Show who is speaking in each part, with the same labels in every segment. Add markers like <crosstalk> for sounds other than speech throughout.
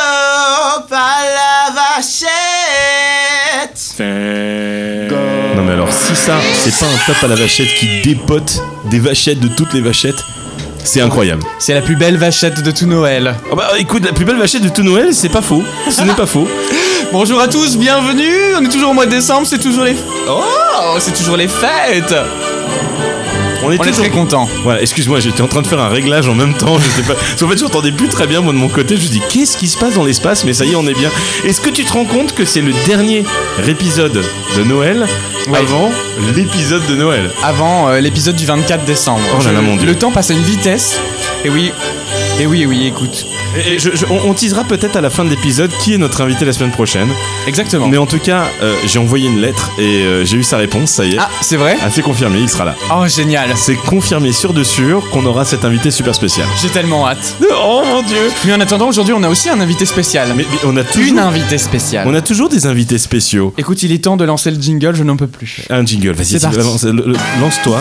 Speaker 1: Top à la vachette
Speaker 2: Non mais alors si ça, c'est pas un top à la vachette qui dépote des vachettes de toutes les vachettes, c'est incroyable.
Speaker 3: C'est la plus belle vachette de tout Noël.
Speaker 2: Oh bah écoute, la plus belle vachette de tout Noël, c'est pas faux. Ce n'est pas faux.
Speaker 3: Bonjour à tous, bienvenue. On est toujours au mois de décembre, c'est toujours les. Oh, c'est toujours les fêtes.
Speaker 2: On est,
Speaker 3: On est
Speaker 2: toujours-
Speaker 3: très contents.
Speaker 2: Voilà, excuse-moi, j'étais en train de faire un réglage en même temps, je sais pas. Parce qu'en fait, j'entendais plus très bien moi de mon côté, je me dis qu'est-ce qui se passe dans l'espace, mais ça y est, on est bien. Est-ce que tu te rends compte que c'est le dernier épisode de Noël
Speaker 3: Ouais.
Speaker 2: avant l'épisode de Noël
Speaker 3: Avant euh, l'épisode du 24 décembre.
Speaker 2: Oh là là,
Speaker 3: Je-
Speaker 2: mon Dieu.
Speaker 3: Le temps passe à une vitesse. Et oui. Et oui, et oui, écoute.
Speaker 2: Et je- je- on, on teasera peut-être à la fin de l'épisode qui est notre invité la semaine prochaine.
Speaker 3: Exactement.
Speaker 2: Mais en tout cas, euh, j'ai envoyé une lettre et euh, j'ai eu sa réponse, ça y est.
Speaker 3: Ah, c'est vrai
Speaker 2: Ah, c'est confirmé, il sera là.
Speaker 3: Oh, génial.
Speaker 2: C'est confirmé sûr de sûr qu'on aura cet invité super spécial.
Speaker 3: J'ai tellement hâte.
Speaker 2: Oh mon dieu
Speaker 3: Mais en attendant, aujourd'hui, on a aussi un invité spécial.
Speaker 2: Mais, mais on, a
Speaker 3: Une
Speaker 2: toujours,
Speaker 3: invitée spéciale.
Speaker 2: on a toujours des invités spéciaux.
Speaker 3: Écoute, il est temps de lancer le jingle, je n'en peux plus.
Speaker 2: Un jingle, vas-y,
Speaker 3: C'est
Speaker 2: dis-
Speaker 3: parti.
Speaker 2: avance, le- le- lance-toi.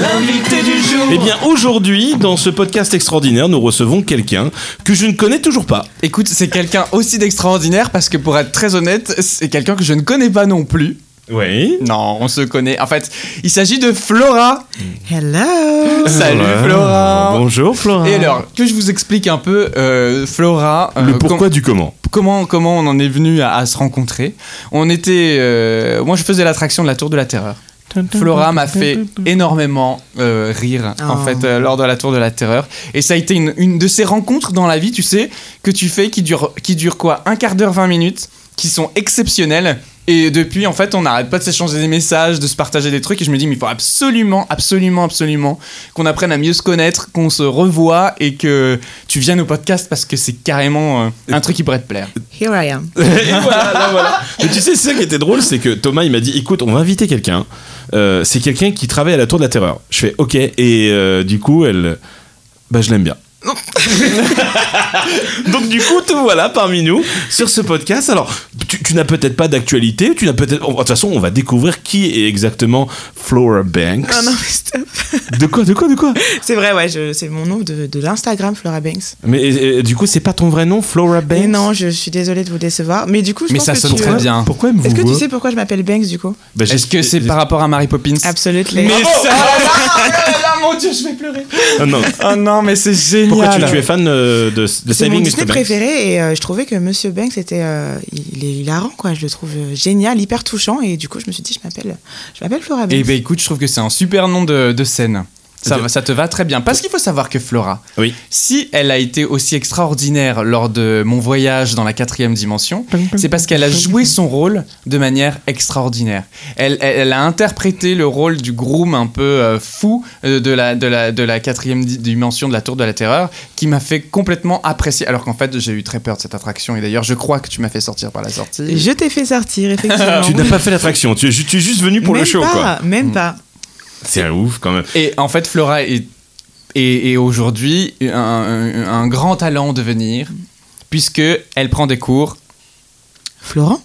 Speaker 3: L'invité du jour.
Speaker 2: Eh bien, aujourd'hui, dans ce podcast extraordinaire, nous recevons quelqu'un que je ne connais toujours pas.
Speaker 3: Écoute, c'est quelqu'un aussi d'extraordinaire parce que pour être très honnête, c'est quelqu'un que je ne connais pas non plus.
Speaker 2: Oui.
Speaker 3: Non, on se connaît. En fait, il s'agit de Flora.
Speaker 1: Hello
Speaker 3: Salut Flora.
Speaker 2: Euh, Bonjour Flora.
Speaker 3: Et alors, que je vous explique un peu, euh, Flora, euh,
Speaker 2: Le
Speaker 3: com-
Speaker 2: pourquoi du comment.
Speaker 3: comment, comment on en est venu à, à se rencontrer. On était, euh, moi je faisais l'attraction de la Tour de la Terreur. Flora m'a fait énormément euh, rire en
Speaker 1: Oh.
Speaker 3: fait euh, lors de la tour de la terreur et ça a été une, une de ces rencontres dans la vie tu sais que tu fais qui dure qui dure quoi un quart d'heure 20 minutes qui sont exceptionnelles et depuis en fait on n'arrête pas de s'échanger des messages de se partager des trucs et je me dis mais il faut absolument absolument absolument qu'on apprenne à mieux se connaître qu'on se revoie et que tu viennes au podcast parce que c'est carrément euh, un truc qui pourrait te plaire
Speaker 1: Here I am.
Speaker 2: <laughs> Et voilà, là, voilà. Mais tu sais, c'est ça qui était drôle, c'est que Thomas, il m'a dit, écoute, on va inviter quelqu'un. Euh, c'est quelqu'un qui travaille à la Tour de la Terreur. Je fais, ok. Et euh, du coup, elle, bah, je l'aime bien. <laughs> Donc du coup, te voilà parmi nous sur ce podcast. Alors, tu, tu n'as peut-être pas d'actualité, tu n'as peut-être. oh, De toute façon, on va découvrir qui est exactement Flora Banks.
Speaker 1: Ah Non, non, mais stop.
Speaker 2: De quoi, de quoi, de quoi
Speaker 1: C'est vrai, ouais, je- c'est mon nom de, de l'Instagram, Flora Banks.
Speaker 2: Mais euh, du coup, c'est pas ton vrai nom, Flora Banks.
Speaker 1: Mais non, je, suis désolée de vous décevoir. Mais du coup, je
Speaker 3: Mais
Speaker 1: pense
Speaker 3: ça
Speaker 1: que
Speaker 3: sonne
Speaker 1: tu-
Speaker 3: très bien.
Speaker 2: Pourquoi aime-vous
Speaker 1: Est-ce que tu sais pourquoi je m'appelle Banks du coup
Speaker 2: Bah, j'ai-
Speaker 3: est-ce que c'est par rapport à Mary Poppins
Speaker 1: Absolument.
Speaker 3: mais ça mon dieu je vais pleurer
Speaker 2: Ah, non.
Speaker 3: Oh non, mais c'est génial.
Speaker 2: Pourquoi tu, tu es fan euh, de, de
Speaker 1: C'est mon
Speaker 2: Saving Mr.
Speaker 1: Disney
Speaker 2: Banks
Speaker 1: préféré et euh, je trouvais que Monsieur Banks était, euh, il est hilarant quoi. Je le trouve euh, génial, hyper touchant et du coup je me suis dit je m'appelle, je m'appelle Flora Banks.
Speaker 3: Eh ben écoute, je trouve que c'est un super nom de, de scène. Ça,
Speaker 2: De-
Speaker 3: va- ça te va très bien. Parce qu'il faut savoir que Flora,
Speaker 2: Oui.
Speaker 3: si elle a été aussi extraordinaire lors de mon voyage dans la quatrième dimension,
Speaker 2: ben,
Speaker 3: c'est parce qu'elle a joué son rôle de manière extraordinaire. Elle, elle- elle a interprété le rôle du groom un peu euh, fou euh, de la, de, la, de la quatrième di- dimension de la Tour de la Terreur qui m'a fait complètement apprécier. Alors qu'en fait, j'ai eu très peur de cette attraction et d'ailleurs, je crois que tu m'as fait sortir par la sortie.
Speaker 1: Je t'ai fait sortir effectivement.
Speaker 2: <laughs> Tu n'as pas fait l'attraction, tu, es ju- tu es juste venu pour
Speaker 1: même
Speaker 2: le show,
Speaker 1: pas,
Speaker 2: quoi. Mm.
Speaker 1: Même pas.
Speaker 2: C'est un ouf quand même.
Speaker 3: Et en fait, Flora est, est- est aujourd'hui un, un- un grand talent de venir, puisque elle prend des cours.
Speaker 1: Florent.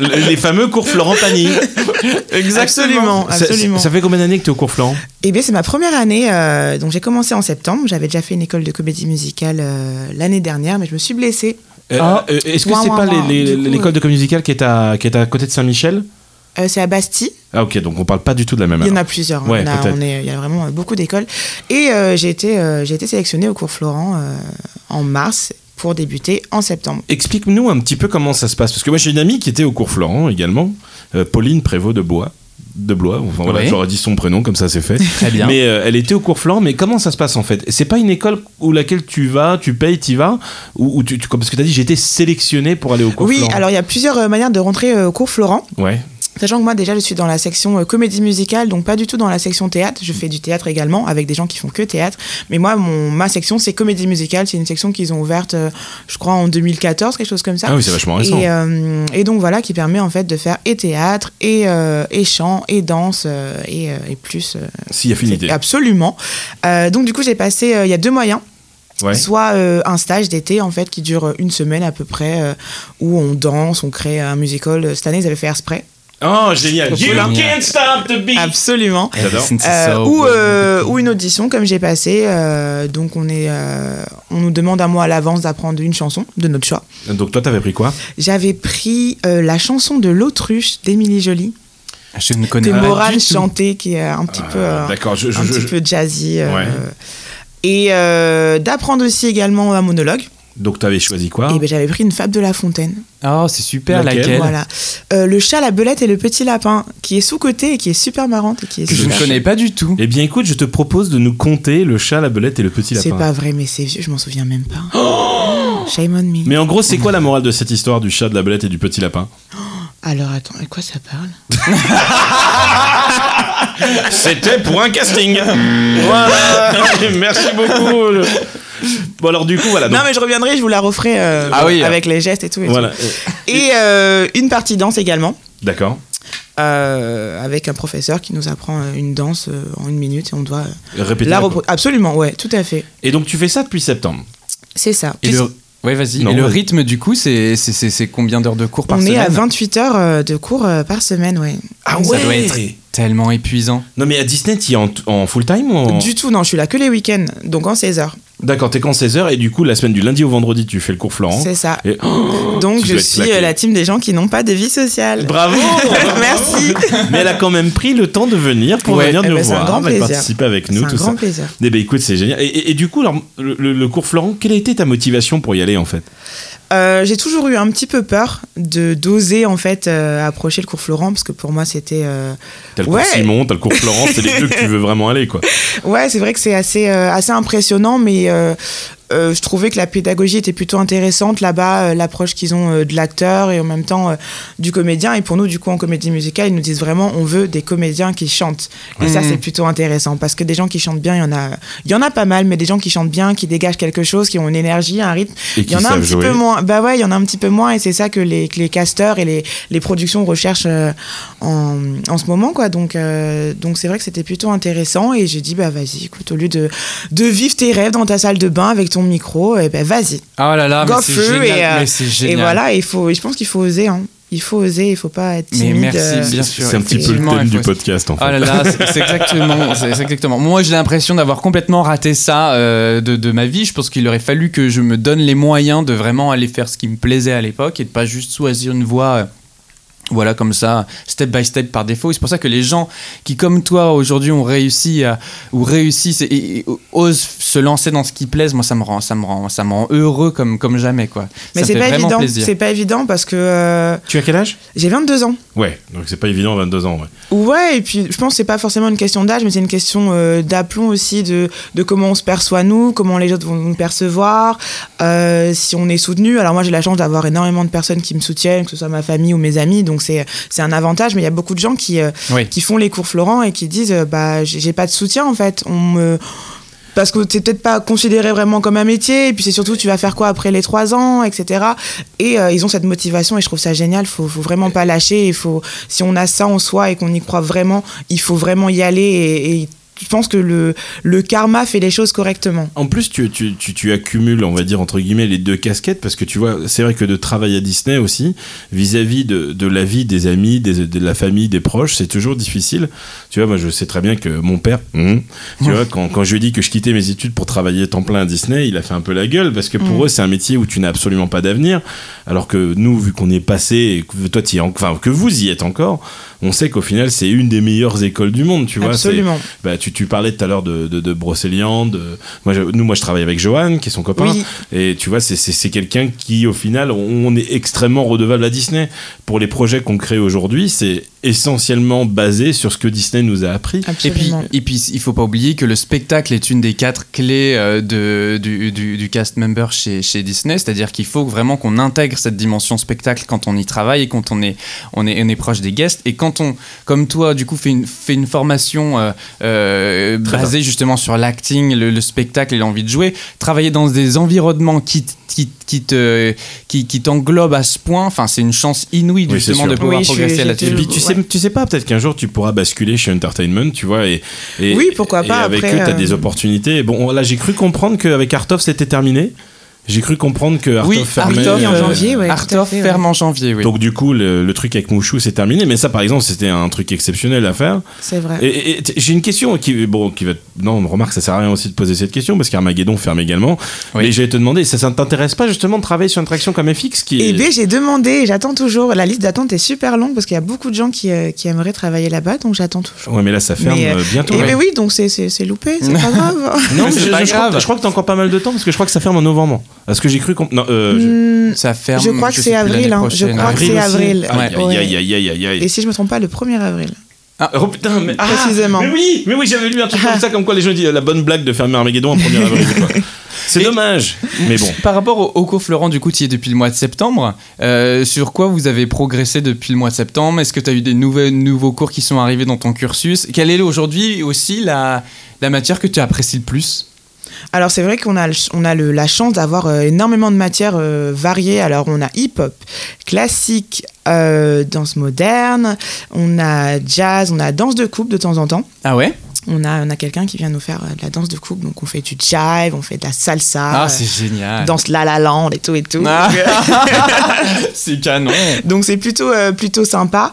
Speaker 2: Le- Les fameux cours Florent <laughs> Pagny.
Speaker 1: Absolument,
Speaker 2: Ça-
Speaker 1: absolument.
Speaker 2: Ça, fait combien d'années que tu es au cours Florent
Speaker 1: Eh bien, c'est ma première année. euh, donc, j'ai commencé en septembre. J'avais déjà fait une école de comédie musicale euh, l'année dernière, mais je me suis blessée.
Speaker 2: Euh, euh, Est-ce que
Speaker 1: Ouah,
Speaker 2: c'est
Speaker 1: ouah,
Speaker 2: pas les-
Speaker 1: ouah.
Speaker 2: les-
Speaker 1: Du coup,
Speaker 2: l'école de comédie musicale qui est à, qui est à côté de Saint-Michel
Speaker 1: Euh, c'est à Bastille.
Speaker 2: Ah, ok, donc on parle pas du tout de la même.
Speaker 1: Il y en
Speaker 2: alors.
Speaker 1: a plusieurs. hein.
Speaker 2: Ouais,
Speaker 1: On a-
Speaker 2: peut-être.
Speaker 1: on est- il y a vraiment euh, beaucoup d'écoles. Et euh, j'ai été, euh, j'ai été sélectionnée au cours Florent euh, en mars pour débuter en septembre.
Speaker 2: Explique-nous un petit peu comment ça se passe. Parce que moi, j'ai une amie qui était au cours Florent également, euh, Pauline Prévost de Bois. De Blois, enfin voilà,
Speaker 3: Oui.
Speaker 2: j'aurais dit son prénom, comme ça c'est fait.
Speaker 3: Très bien.
Speaker 2: Mais euh, elle était au cours Florent, mais comment ça se passe en fait C'est pas une école où laquelle tu vas, tu payes, t'y vas ou, ou tu, tu- parce que t'as dit j'ai été sélectionné pour aller au cours
Speaker 1: oui,
Speaker 2: Florent.
Speaker 1: alors il y a plusieurs euh, manières de rentrer euh, au cours Florent.
Speaker 2: Ouais.
Speaker 1: Sachant que moi, déjà, je suis dans la section euh, comédie musicale, donc pas du tout dans la section théâtre. Je fais du théâtre également avec des gens qui font que théâtre. Mais moi, mon, ma section, c'est comédie musicale. C'est une section qu'ils ont ouverte, euh, je crois, en 2014, quelque chose comme ça.
Speaker 2: Ah oui, c'est vachement récent.
Speaker 1: Et, euh, et donc voilà, qui permet en fait de faire et théâtre, et, euh, et chant, et danse, euh, et, euh, et plus. euh,
Speaker 2: Si affinité.
Speaker 1: absolument. Euh, donc du coup, j'ai passé, euh, il y a deux moyens.
Speaker 2: Ouais.
Speaker 1: Soit euh, un stage d'été en fait qui euh, dure une semaine à peu près euh, où on danse, on crée un musical. Cette année euh, ils avaient fait Airspray.
Speaker 2: Oh, génial. You
Speaker 3: Génial.
Speaker 2: can't stop the beat.
Speaker 1: Absolument.
Speaker 2: J'adore.
Speaker 3: Listen to
Speaker 1: Euh,
Speaker 3: soul.
Speaker 1: ou, euh, ou une audition comme j'ai passé. euh, donc on est, euh, on nous demande un mois à l'avance d'apprendre une chanson de notre choix.
Speaker 2: Euh, Donc toi, t'avais pris quoi
Speaker 1: J'avais pris euh, la chanson de l'autruche d'Émilie Jolie,
Speaker 3: Ah, Je ne connais
Speaker 1: des
Speaker 3: pas.
Speaker 1: morales
Speaker 3: du tout.
Speaker 1: chantées qui est un petit peu,
Speaker 2: Euh,
Speaker 1: euh,
Speaker 2: D'accord, je, je-
Speaker 1: un
Speaker 2: je-
Speaker 1: petit peu jazzy. euh,
Speaker 2: Ouais.
Speaker 1: Et euh, d'apprendre aussi également un monologue.
Speaker 2: Donc t'avais choisi quoi
Speaker 1: Et ben, j'avais pris une fable de La Fontaine.
Speaker 3: Oh, c'est super
Speaker 2: Laquelle
Speaker 3: laquelle.
Speaker 1: Voilà. Euh, le chat, la belette et le petit lapin, qui est sous-côté et qui est super marrante. Et qui est
Speaker 3: Que je
Speaker 1: super-
Speaker 3: ne connais pas du tout.
Speaker 2: Eh bien écoute, je te propose de nous compter le chat, la belette et le petit
Speaker 1: C'est
Speaker 2: lapin.
Speaker 1: pas vrai, mais c'est vieux, je m'en souviens même pas. Shame on me.
Speaker 2: Mais en gros, c'est quoi la morale de cette histoire du chat, de la belette et du petit lapin
Speaker 1: Alors attends, à quoi ça parle
Speaker 2: C'était pour un casting. voilà. <laughs> Merci beaucoup. Bon alors du coup, voilà. donc-
Speaker 1: Non, mais je reviendrai, je vous la referai euh,
Speaker 2: Ah oui,
Speaker 1: avec les gestes et tout. Et, tout.
Speaker 2: Voilà.
Speaker 1: Et, euh, une partie danse également,
Speaker 2: D'accord.
Speaker 1: euh, avec un professeur qui nous apprend euh, une danse euh, en une minute et on doit euh,
Speaker 2: Répétez.
Speaker 1: la reproduire. Absolument, ouais, tout à fait.
Speaker 2: Et donc tu fais ça depuis septembre.
Speaker 1: C'est ça.
Speaker 3: Et le... Ouais, vas-y.
Speaker 2: Non,
Speaker 3: Et le
Speaker 2: vas-y.
Speaker 3: rythme, du coup, c'est c'est- c'est- c'est combien d'heures de cours par
Speaker 1: On
Speaker 3: semaine
Speaker 1: est à 28 heures euh, de cours euh, par semaine, ouais.
Speaker 2: Ah
Speaker 3: Ça doit être tellement épuisant.
Speaker 2: Non mais à Disney, tu es en, en full time ou en-
Speaker 1: Du tout, non, je suis là que les week-ends, donc en 16 heures.
Speaker 2: D'accord, t'es qu'en 16h et du coup la semaine du lundi au vendredi, tu fais le cours Florent.
Speaker 1: C'est ça.
Speaker 2: Et- oh,
Speaker 1: Donc
Speaker 2: tu
Speaker 1: je
Speaker 2: dois être
Speaker 1: suis
Speaker 2: claqué.
Speaker 1: euh, la team des gens qui n'ont pas de vie sociale.
Speaker 2: Bravo.
Speaker 1: <laughs> Merci.
Speaker 2: Mais elle a quand même pris le temps de venir pour
Speaker 3: Ouais.
Speaker 2: venir
Speaker 1: Eh
Speaker 2: nous
Speaker 1: ben, c'est un
Speaker 2: voir,
Speaker 1: grand
Speaker 2: et
Speaker 1: plaisir.
Speaker 2: participer avec
Speaker 1: C'est
Speaker 2: nous,
Speaker 1: un
Speaker 2: tout
Speaker 1: grand
Speaker 2: ça.
Speaker 1: plaisir.
Speaker 2: Eh ben écoute, c'est génial. Et, et- et du coup, alors, le, le- le cours Florent, quelle a été ta motivation pour y aller en fait
Speaker 1: Euh, j'ai toujours eu un petit peu peur de d'oser en fait euh, approcher le cours Florent parce que pour moi c'était euh,
Speaker 2: T'as le
Speaker 1: Ouais.
Speaker 2: cours Simon, t'as le cours Florent, c'est les deux que tu veux vraiment aller quoi.
Speaker 1: ouais c'est vrai que c'est assez euh, assez impressionnant mais euh, euh, je trouvais que la pédagogie était plutôt intéressante là-bas, euh, l'approche qu'ils ont euh, de l'acteur et en même temps euh, du comédien. Et pour nous, du coup, en comédie musicale, ils nous disent vraiment on veut des comédiens qui chantent. Et ça,
Speaker 3: Mhm.
Speaker 1: c'est plutôt intéressant parce que des gens qui chantent bien, il y en a, il y en a pas mal, mais des gens qui chantent bien, qui dégagent quelque chose, qui ont une énergie, un rythme,
Speaker 2: Et
Speaker 1: Il y en a un petit peu moins. Bah ouais, il y en a un petit peu moins et c'est ça que les, que les casteurs et les, les productions recherchent euh, en, en ce moment quoi. Donc euh, donc c'est vrai que c'était plutôt intéressant et j'ai dit bah vas-y, écoute au lieu de de vivre tes rêves dans ta salle de bain avec ton micro, et ben vas-y.
Speaker 3: Ah là là, mais
Speaker 1: Go
Speaker 3: c'est
Speaker 1: through
Speaker 3: génial.
Speaker 1: et, euh,
Speaker 3: mais c'est
Speaker 1: Et
Speaker 3: génial.
Speaker 1: voilà, il faut je pense qu'il faut oser hein. Il faut oser, il faut pas être
Speaker 3: Mais
Speaker 1: timide.
Speaker 3: merci,
Speaker 1: euh,
Speaker 3: bien sûr.
Speaker 2: C'est un petit peu le
Speaker 3: Effectivement,
Speaker 2: thème
Speaker 3: il
Speaker 2: du
Speaker 3: faut-
Speaker 2: podcast en fait.
Speaker 3: Ah là là, c'est c'est exactement, c'est c'est exactement. Moi, j'ai l'impression d'avoir complètement raté ça euh, de, de ma vie. Je pense qu'il aurait fallu que je me donne les moyens de vraiment aller faire ce qui me plaisait à l'époque et de pas juste choisir une voie. euh, voilà, comme ça, step by step par défaut. Et C'est pour ça que les gens qui, comme toi, aujourd'hui, ont réussi à- ou réussissent et, et- osent se lancer dans ce qui plaise, moi, ça me rend, ça me rend, ça me rend heureux comme, comme jamais, quoi.
Speaker 1: Mais
Speaker 3: ça
Speaker 1: c'est
Speaker 3: me fait
Speaker 1: pas
Speaker 3: vraiment
Speaker 1: évident,
Speaker 3: plaisir.
Speaker 1: c'est pas évident parce que euh,
Speaker 2: Tu as quel âge
Speaker 1: j'ai 22 ans.
Speaker 2: Ouais, donc c'est pas évident, 22 ans. Ouais.
Speaker 1: Ouais, et puis je pense que c'est pas forcément une question d'âge, mais c'est une question euh, d'aplomb aussi, de, de comment on se perçoit nous, comment les autres vont nous percevoir, euh, si on est soutenu. Alors moi j'ai la chance d'avoir énormément de personnes qui me soutiennent, que ce soit ma famille ou mes amis, donc c'est c'est un avantage, mais il y a beaucoup de gens qui, euh,
Speaker 3: Oui.
Speaker 1: qui font les cours Florent et qui disent euh, bah j'ai j'ai pas de soutien en fait, on me... Parce que c'est peut-être pas considéré vraiment comme un métier, et puis c'est surtout tu vas faire quoi après les trois ans, etc. Et euh, ils ont cette motivation et je trouve ça génial. Faut, faut vraiment pas lâcher. Il faut, si on a ça en soi et qu'on y croit vraiment, il faut vraiment y aller. Et, et je pense que le, le karma fait les choses correctement.
Speaker 2: En plus, tu, tu, tu, tu accumules, on va dire, entre guillemets, les deux casquettes, parce que tu vois, c'est vrai que de travail à Disney aussi, vis-à-vis de, de la vie des amis, des- de la famille, des proches, c'est toujours difficile. Tu vois, moi, je sais très bien que mon père, hum, tu vois, quand, quand je lui ai dit que je quittais mes études pour travailler temps plein à Disney, il a fait un peu la gueule, parce que pour eux, c'est un métier où tu n'as absolument pas d'avenir, alors que nous, vu qu'on est passé, et que toi, t'y es en- enfin, que vous y êtes encore, on sait qu'au final, c'est une des meilleures écoles du monde, tu vois. c'est-
Speaker 1: Absolument.
Speaker 2: bah, tu, tu parlais tout à l'heure de, de, de Brocéliande, de- Moi, je- nous, moi, je travaille avec Johan, qui est son copain.
Speaker 1: Oui.
Speaker 2: Et tu vois, c'est- c'est c'est quelqu'un qui, au final, on on est extrêmement redevable à Disney. Pour les projets qu'on crée aujourd'hui, c'est essentiellement basé sur ce que Disney nous a appris.
Speaker 3: Et puis,
Speaker 1: Absolument.
Speaker 3: et puis, il faut pas oublier que le spectacle est une des quatre clés euh, de, du, du- du cast member chez, chez Disney. C'est-à-dire qu'il faut vraiment qu'on intègre cette dimension spectacle quand on y travaille et quand on est, on est, on est proche des guests. Et quand on, comme toi, du coup, fait une, fait une formation euh, euh,
Speaker 2: Très
Speaker 3: basée justement sur l'acting, le, le spectacle et l'envie de jouer, travailler dans des environnements qui, t- qui, qui te, qui, qui t'englobent à ce point, enfin, c'est une chance inouïe
Speaker 2: Oui, c'est
Speaker 3: justement
Speaker 2: sûr.
Speaker 3: de pouvoir
Speaker 1: Oui, je suis-
Speaker 3: progresser
Speaker 1: j'étais-
Speaker 2: Et
Speaker 3: là-dessus.
Speaker 2: puis, tu, sais, tu sais pas, peut-être qu'un jour tu pourras basculer chez Entertainment, tu vois. Et, et-
Speaker 1: Oui, pourquoi
Speaker 2: et
Speaker 1: pas,
Speaker 2: avec
Speaker 1: après,
Speaker 2: eux, t'as
Speaker 1: euh,
Speaker 2: des opportunités. Et Bon, là, j'ai cru comprendre qu'avec Artov, c'était terminé. J'ai cru comprendre que Art
Speaker 3: oui,
Speaker 2: of fermait.
Speaker 3: Art of,
Speaker 1: en
Speaker 2: euh,
Speaker 1: janvier, ouais,
Speaker 3: Art
Speaker 1: tout à
Speaker 3: of
Speaker 1: fait, ouais.
Speaker 3: ferme en janvier, oui.
Speaker 2: Donc du coup, le, le truc avec Mouchou, c'est terminé. Mais ça, par exemple, c'était un truc exceptionnel à faire.
Speaker 1: C'est vrai.
Speaker 2: Et, et- et t- j'ai une question qui, bon, qui va. Non, on remarque, ça sert à rien aussi de poser cette question parce qu'Armageddon ferme également.
Speaker 3: Oui.
Speaker 2: Mais j'allais te demander, ça, ça ne t'intéresse pas justement de travailler sur une traction comme FX qui est-
Speaker 1: Eh bien, j'ai demandé, et j'attends toujours. La liste d'attente est super longue parce qu'il y a beaucoup de gens qui, euh, qui aimeraient travailler là-bas, donc j'attends toujours.
Speaker 2: Ouais, mais là, ça ferme
Speaker 1: Mais, euh,
Speaker 2: euh, bientôt.
Speaker 1: Eh
Speaker 2: ouais.
Speaker 1: ben oui, donc c'est- c'est c'est loupé, c'est pas grave.
Speaker 3: Mais
Speaker 2: Non, mais
Speaker 3: c'est
Speaker 2: je,
Speaker 3: pas
Speaker 2: je crois,
Speaker 3: grave.
Speaker 2: que- je crois que t'as encore pas mal de temps parce que je crois que ça ferme en novembre. Est-ce que j'ai cru qu'on. Non, euh, je-
Speaker 1: Hmm,
Speaker 3: Ça ferme.
Speaker 1: Je crois que
Speaker 3: sais
Speaker 1: c'est
Speaker 3: plus,
Speaker 1: avril,
Speaker 3: l'année
Speaker 1: hein. Je
Speaker 3: prochaine,
Speaker 1: crois que
Speaker 3: avril.
Speaker 1: c'est
Speaker 2: aussi
Speaker 1: avril.
Speaker 2: Aïe,
Speaker 1: Ouais.
Speaker 2: aïe, aïe, aïe, aïe, aïe.
Speaker 1: Et si je me trompe pas, le 1er avril.
Speaker 3: Ah,
Speaker 2: Oh putain, mais. Ah,
Speaker 1: Précisément.
Speaker 2: Mais oui, mais oui, j'avais lu un truc
Speaker 1: <laughs>
Speaker 2: comme ça, comme quoi les gens disent euh, la bonne blague de fermer Armageddon en 1er avril. quoi. C'est
Speaker 3: Et-
Speaker 2: dommage, mais bon.
Speaker 3: Par rapport au, au cours Florent, du coup, tu y es depuis le mois de septembre. euh, sur quoi vous avez progressé depuis le mois de septembre Est-ce que tu as eu des nouvelles- nouveaux cours qui sont arrivés dans ton cursus Quelle est aujourd'hui aussi la, la matière que tu apprécies le plus
Speaker 1: Alors c'est vrai qu'on a, le- on a le- la chance d'avoir euh, énormément de matières euh, variées. Alors on a hip-hop, classique, euh, danse moderne, on a jazz, on a danse de couple de temps en temps.
Speaker 3: Ah ouais
Speaker 1: On a, on a quelqu'un qui vient nous faire euh, de la danse de couple, donc on fait du jive, on fait de la salsa,
Speaker 3: Ah,
Speaker 1: euh,
Speaker 3: c'est génial.
Speaker 1: danse la la land et tout et tout.
Speaker 3: Ah. <laughs> c'est canon.
Speaker 1: Donc c'est plutôt, euh, plutôt sympa.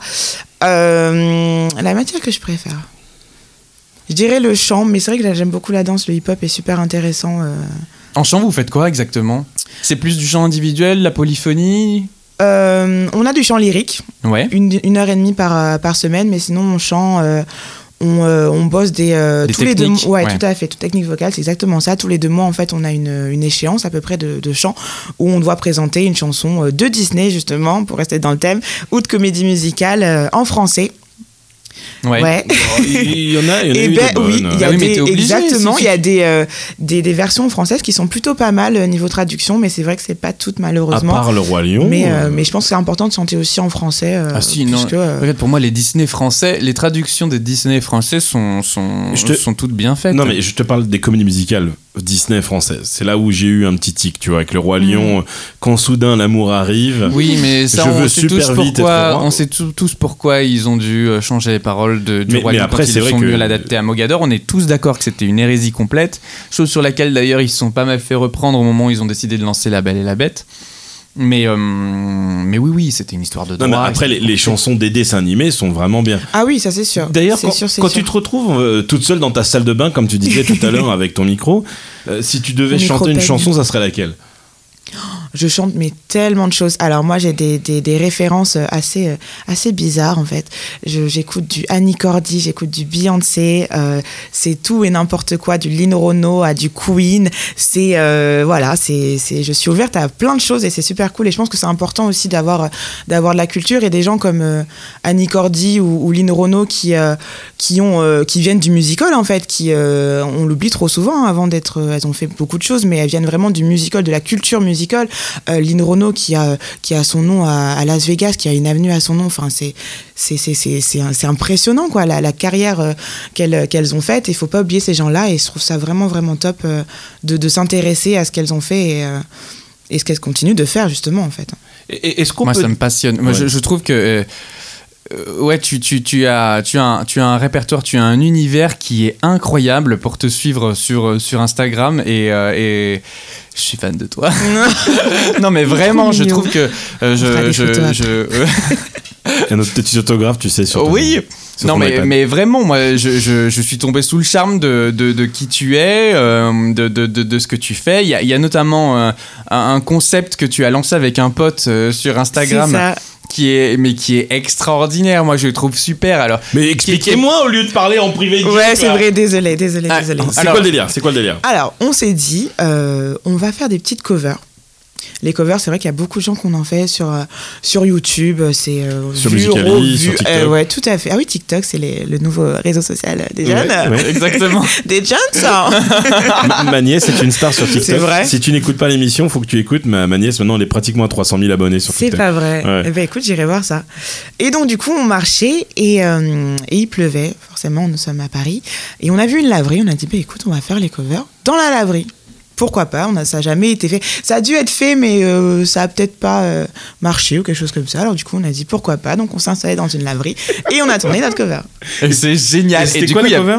Speaker 1: Euh, la matière que je préfère je dirais le chant, mais c'est vrai que là, j'aime beaucoup la danse, le hip-hop est super intéressant. euh.
Speaker 3: En chant, vous faites quoi exactement C'est plus du chant individuel, la polyphonie
Speaker 1: Euh, on a du chant lyrique,
Speaker 3: Ouais.
Speaker 1: une, une heure et demie par, euh, par semaine, mais sinon on chante, euh, on, euh, on bosse des, euh,
Speaker 3: Des
Speaker 1: tous les deux
Speaker 3: techniques,
Speaker 1: mois. Ouais,
Speaker 3: ouais.
Speaker 1: tout à fait, toute technique vocale, c'est exactement ça. Tous les deux mois, en fait, on a une, une échéance à peu près de, de chant où on doit présenter une chanson euh, de Disney, justement, pour rester dans le thème, ou de comédie musicale euh, en français.
Speaker 3: Ouais.
Speaker 1: Ouais.
Speaker 2: Il y en a, il y en a
Speaker 1: Eh
Speaker 2: eu
Speaker 1: ben
Speaker 2: des
Speaker 1: oui,
Speaker 2: bonnes. Ah
Speaker 1: il y a
Speaker 3: Oui, mais
Speaker 1: des,
Speaker 3: t'es obligé,
Speaker 1: exactement,
Speaker 3: si
Speaker 1: il
Speaker 3: tu-
Speaker 1: y a des, euh, des, des versions françaises qui sont plutôt pas mal euh, niveau traduction, mais c'est vrai que c'est pas toutes
Speaker 2: À
Speaker 1: malheureusement.
Speaker 2: part le Roi Lion.
Speaker 1: mais, euh,
Speaker 2: euh,
Speaker 1: mais je pense que c'est important de chanter aussi en français. euh,
Speaker 3: Ah si, non.
Speaker 1: puisque, euh,
Speaker 3: Regarde, pour moi, les Disney français, les traductions des Disney français sont, sont,
Speaker 2: Je te-
Speaker 3: sont toutes bien faites.
Speaker 2: Non, mais je te parle des comédies musicales Disney françaises. C'est là où j'ai eu un petit tic, tu vois, avec le
Speaker 1: Mm.
Speaker 2: Roi Lion. euh, Quand soudain l'amour arrive.
Speaker 3: Oui, mais ça,
Speaker 2: euh, Je
Speaker 3: on,
Speaker 2: veux
Speaker 3: sait
Speaker 2: super
Speaker 3: tous
Speaker 2: vite être au
Speaker 3: pourquoi,
Speaker 2: roi.
Speaker 3: on sait tous, tous pourquoi ils ont dû euh, changer les paroles de, du
Speaker 2: Mais-
Speaker 3: roi
Speaker 2: mais
Speaker 3: Lion
Speaker 2: après,
Speaker 3: quand
Speaker 2: c'est
Speaker 3: ils
Speaker 2: vrai
Speaker 3: sont
Speaker 2: que-
Speaker 3: mieux l'adapter à Mogador. On est tous d'accord que c'était une hérésie complète, chose sur laquelle d'ailleurs ils se sont pas mal fait reprendre au moment où ils ont décidé de lancer La Belle et la Bête. Mais, euh, mais oui, oui, c'était une histoire de droit.
Speaker 2: Non, mais après, les,
Speaker 3: etc.
Speaker 2: les chansons des dessins animés sont vraiment bien.
Speaker 1: Ah oui, ça c'est sûr.
Speaker 2: D'ailleurs,
Speaker 1: C'est
Speaker 2: quand,
Speaker 1: sûr, c'est
Speaker 2: quand
Speaker 1: sûr.
Speaker 2: tu te retrouves euh, toute seule dans ta salle de bain, comme tu disais tout à
Speaker 1: <laughs>
Speaker 2: l'heure avec ton micro, euh, si tu devais
Speaker 1: Ton
Speaker 2: chanter une
Speaker 1: micro-peigne.
Speaker 2: chanson, ça serait laquelle
Speaker 1: Je chante mais tellement de choses. Alors moi j'ai des, des, des références euh, assez, euh, assez bizarres en fait. Je- J'écoute du Annie Cordy, j'écoute du Beyoncé, euh, c'est tout et n'importe quoi, du Lynn Rono à du Queen. C'est euh, voilà, c'est c'est- je suis ouverte à plein de choses et c'est super cool. Et je pense que c'est important aussi d'avoir euh, d'avoir de la culture et des gens comme euh, Annie Cordy ou, ou Lynn Rono qui euh, qui ont euh, qui viennent du musical en fait, qui euh, on l'oublie trop souvent hein, avant d'être. euh, elles ont fait beaucoup de choses, mais elles viennent vraiment du musical, de la culture musicale. Euh, Lynn Renault qui a, qui a son nom à, à Las Vegas, qui a une avenue à son nom. Enfin, c'est, c'est, c'est, c'est, c'est, un- c'est impressionnant, quoi, la, la carrière euh, qu'elles, qu'elles ont faite. Il faut pas oublier ces gens-là. Et je trouve ça vraiment, vraiment top euh, de, de s'intéresser à ce qu'elles ont fait et, euh, et ce qu'elles continuent de faire, justement, en fait.
Speaker 2: Est-ce qu'on
Speaker 3: Moi, ça me passionne. Moi,
Speaker 2: Ouais.
Speaker 3: je, je trouve que. euh, euh, ouais, tu, tu, tu, as, tu, as un, tu as un répertoire, tu as un univers qui est incroyable pour te suivre sur, euh, sur Instagram et, euh, et je suis fan de toi. <laughs> non, mais vraiment, je
Speaker 1: mignon.
Speaker 3: trouve que. euh,
Speaker 1: fera
Speaker 3: je,
Speaker 1: des
Speaker 3: je,
Speaker 1: photos après.
Speaker 3: je- euh,
Speaker 2: Un autre petit autographe, tu sais, sur ton-
Speaker 3: oui!
Speaker 2: sur
Speaker 3: Non
Speaker 2: ton
Speaker 3: mais,
Speaker 2: iPad.
Speaker 3: mais vraiment, moi je, je- je suis tombé sous le charme de, de, de qui tu es, euh, de, de, de, de ce que tu fais. Il y a, il y a notamment euh, un, un concept que tu as lancé avec un pote euh, sur Instagram
Speaker 1: C'est ça.
Speaker 3: qui est mais qui est extraordinaire moi je le trouve super alors
Speaker 2: Mais expliquez-moi au lieu de parler en privé. dis-le,
Speaker 1: Ouais, c'est
Speaker 2: quoi.
Speaker 1: vrai. Désolé, désolé,
Speaker 3: Ah,
Speaker 1: désolé.
Speaker 2: C'est
Speaker 3: Alors-
Speaker 2: quoi le délire C'est quoi le délire
Speaker 1: Alors, on s'est dit, euh, on va faire des petites covers. Les covers, c'est vrai qu'il y a beaucoup de gens qu'on en fait sur, euh, sur YouTube, euh, c'est euh,
Speaker 2: Sur
Speaker 1: vu,
Speaker 2: Musical.ly,
Speaker 1: revu,
Speaker 2: sur TikTok.
Speaker 1: euh, ouais, tout à fait. Ah oui, TikTok, c'est les- le nouveau réseau social euh, des jeunes.
Speaker 2: Ouais, ouais. <laughs>
Speaker 3: exactement
Speaker 1: Des jeunes, ça
Speaker 2: Ma- <laughs> ma nièce est une star sur TikTok.
Speaker 1: C'est vrai
Speaker 2: Si tu n'écoutes pas l'émission, faut que tu écoutes. Ma, ma nièce, maintenant, elle est pratiquement à 300 000 abonnés sur
Speaker 1: C'est
Speaker 2: TikTok.
Speaker 1: pas vrai.
Speaker 2: Ouais.
Speaker 1: Eh ben écoute, j'irai voir ça. Et donc du coup, on marchait et, euh, et il pleuvait. Forcément, nous sommes à Paris et on a vu une laverie. On a dit, bah, écoute, on va faire les covers dans la laverie. Pourquoi pas On a ça a jamais été fait. Ça a dû être fait, mais euh, ça a peut-être pas euh, marché ou quelque chose comme ça. Alors du coup, on a dit pourquoi pas. Donc on s'est installé dans
Speaker 2: <laughs>
Speaker 1: une laverie et on a tourné notre cover.
Speaker 3: Et c'est génial
Speaker 2: C'était
Speaker 3: du
Speaker 2: quoi
Speaker 3: coup,
Speaker 2: le
Speaker 3: il y a-
Speaker 2: cover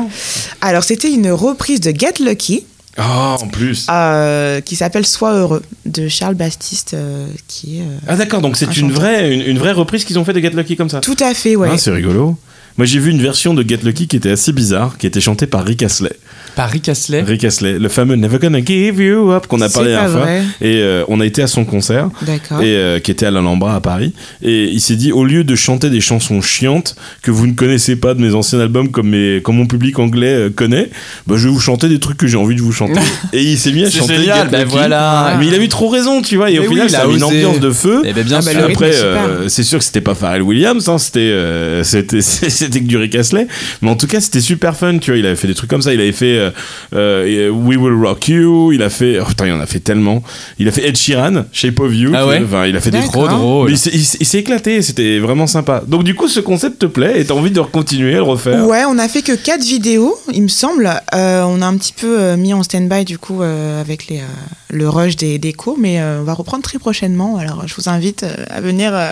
Speaker 1: Alors c'était une reprise de Get Lucky
Speaker 2: Ah, en plus.
Speaker 1: euh, qui s'appelle Sois heureux. de Charles Baptiste, euh, qui est. euh,
Speaker 2: Ah d'accord, donc
Speaker 1: Un
Speaker 2: c'est une
Speaker 1: chanteur.
Speaker 2: vraie, une, une vraie reprise qu'ils ont fait de Get Lucky comme ça.
Speaker 1: Tout à fait, ouais.
Speaker 2: Ah, c'est rigolo. Moi j'ai vu une version de Get Lucky qui était assez bizarre, qui était chantée par Rick Astley.
Speaker 3: Paris Casley.
Speaker 2: Rick Astley, le fameux Never Gonna Give You Up qu'on a
Speaker 1: C'est
Speaker 2: parlé la
Speaker 1: pas
Speaker 2: dernière fois.
Speaker 1: vrai.
Speaker 2: Et euh, on a été à son concert.
Speaker 1: D'accord.
Speaker 2: et euh, qui était à l'Alhambra à Paris. Et il s'est dit, au lieu de chanter des chansons chiantes que vous ne connaissez pas de mes anciens albums comme, mes, comme mon public anglais euh, connaît, bah, je vais vous chanter des trucs que j'ai envie de vous chanter. et il s'est mis à
Speaker 3: C'est
Speaker 2: chanter.
Speaker 3: génial,
Speaker 2: Get
Speaker 3: bah
Speaker 2: Lucky.
Speaker 3: voilà.
Speaker 2: Mais il a eu trop raison, tu vois. Et au
Speaker 3: Mais
Speaker 2: final,
Speaker 3: oui, il
Speaker 2: ça
Speaker 3: a
Speaker 2: a mis une
Speaker 3: osé.
Speaker 2: ambiance de feu.
Speaker 3: Eh bien, bien
Speaker 1: Ah bah,
Speaker 3: sûr.
Speaker 1: le rythme
Speaker 2: Après,
Speaker 1: est super.
Speaker 2: euh, c'est sûr que c'était pas Pharrell Williams, hein, c'était euh, <laughs> c'était c'était que du Rick Astley, mais en tout cas c'était super fun, tu vois. Il avait fait des trucs comme ça, il avait fait euh, euh, We Will Rock You, il a fait, oh, putain, il en a fait tellement. Il a fait Ed Sheeran, Shape of You,
Speaker 3: Ah
Speaker 2: tu
Speaker 3: ouais Oh
Speaker 2: vois. Enfin, il a fait des
Speaker 1: D'accord.
Speaker 2: trucs.
Speaker 3: Trop drôle.
Speaker 2: Mais il s'est- il s'est il s'est éclaté, c'était vraiment sympa. Donc du coup, ce concept te plaît et t'as envie de continuer à le refaire.
Speaker 1: Ouais, on a fait que quatre vidéos, il me semble. Euh, on a un petit peu euh, mis en stand-by du coup euh, avec les, euh, le rush des, des cours, mais euh, on va reprendre très prochainement. Alors, je vous invite euh, à venir euh,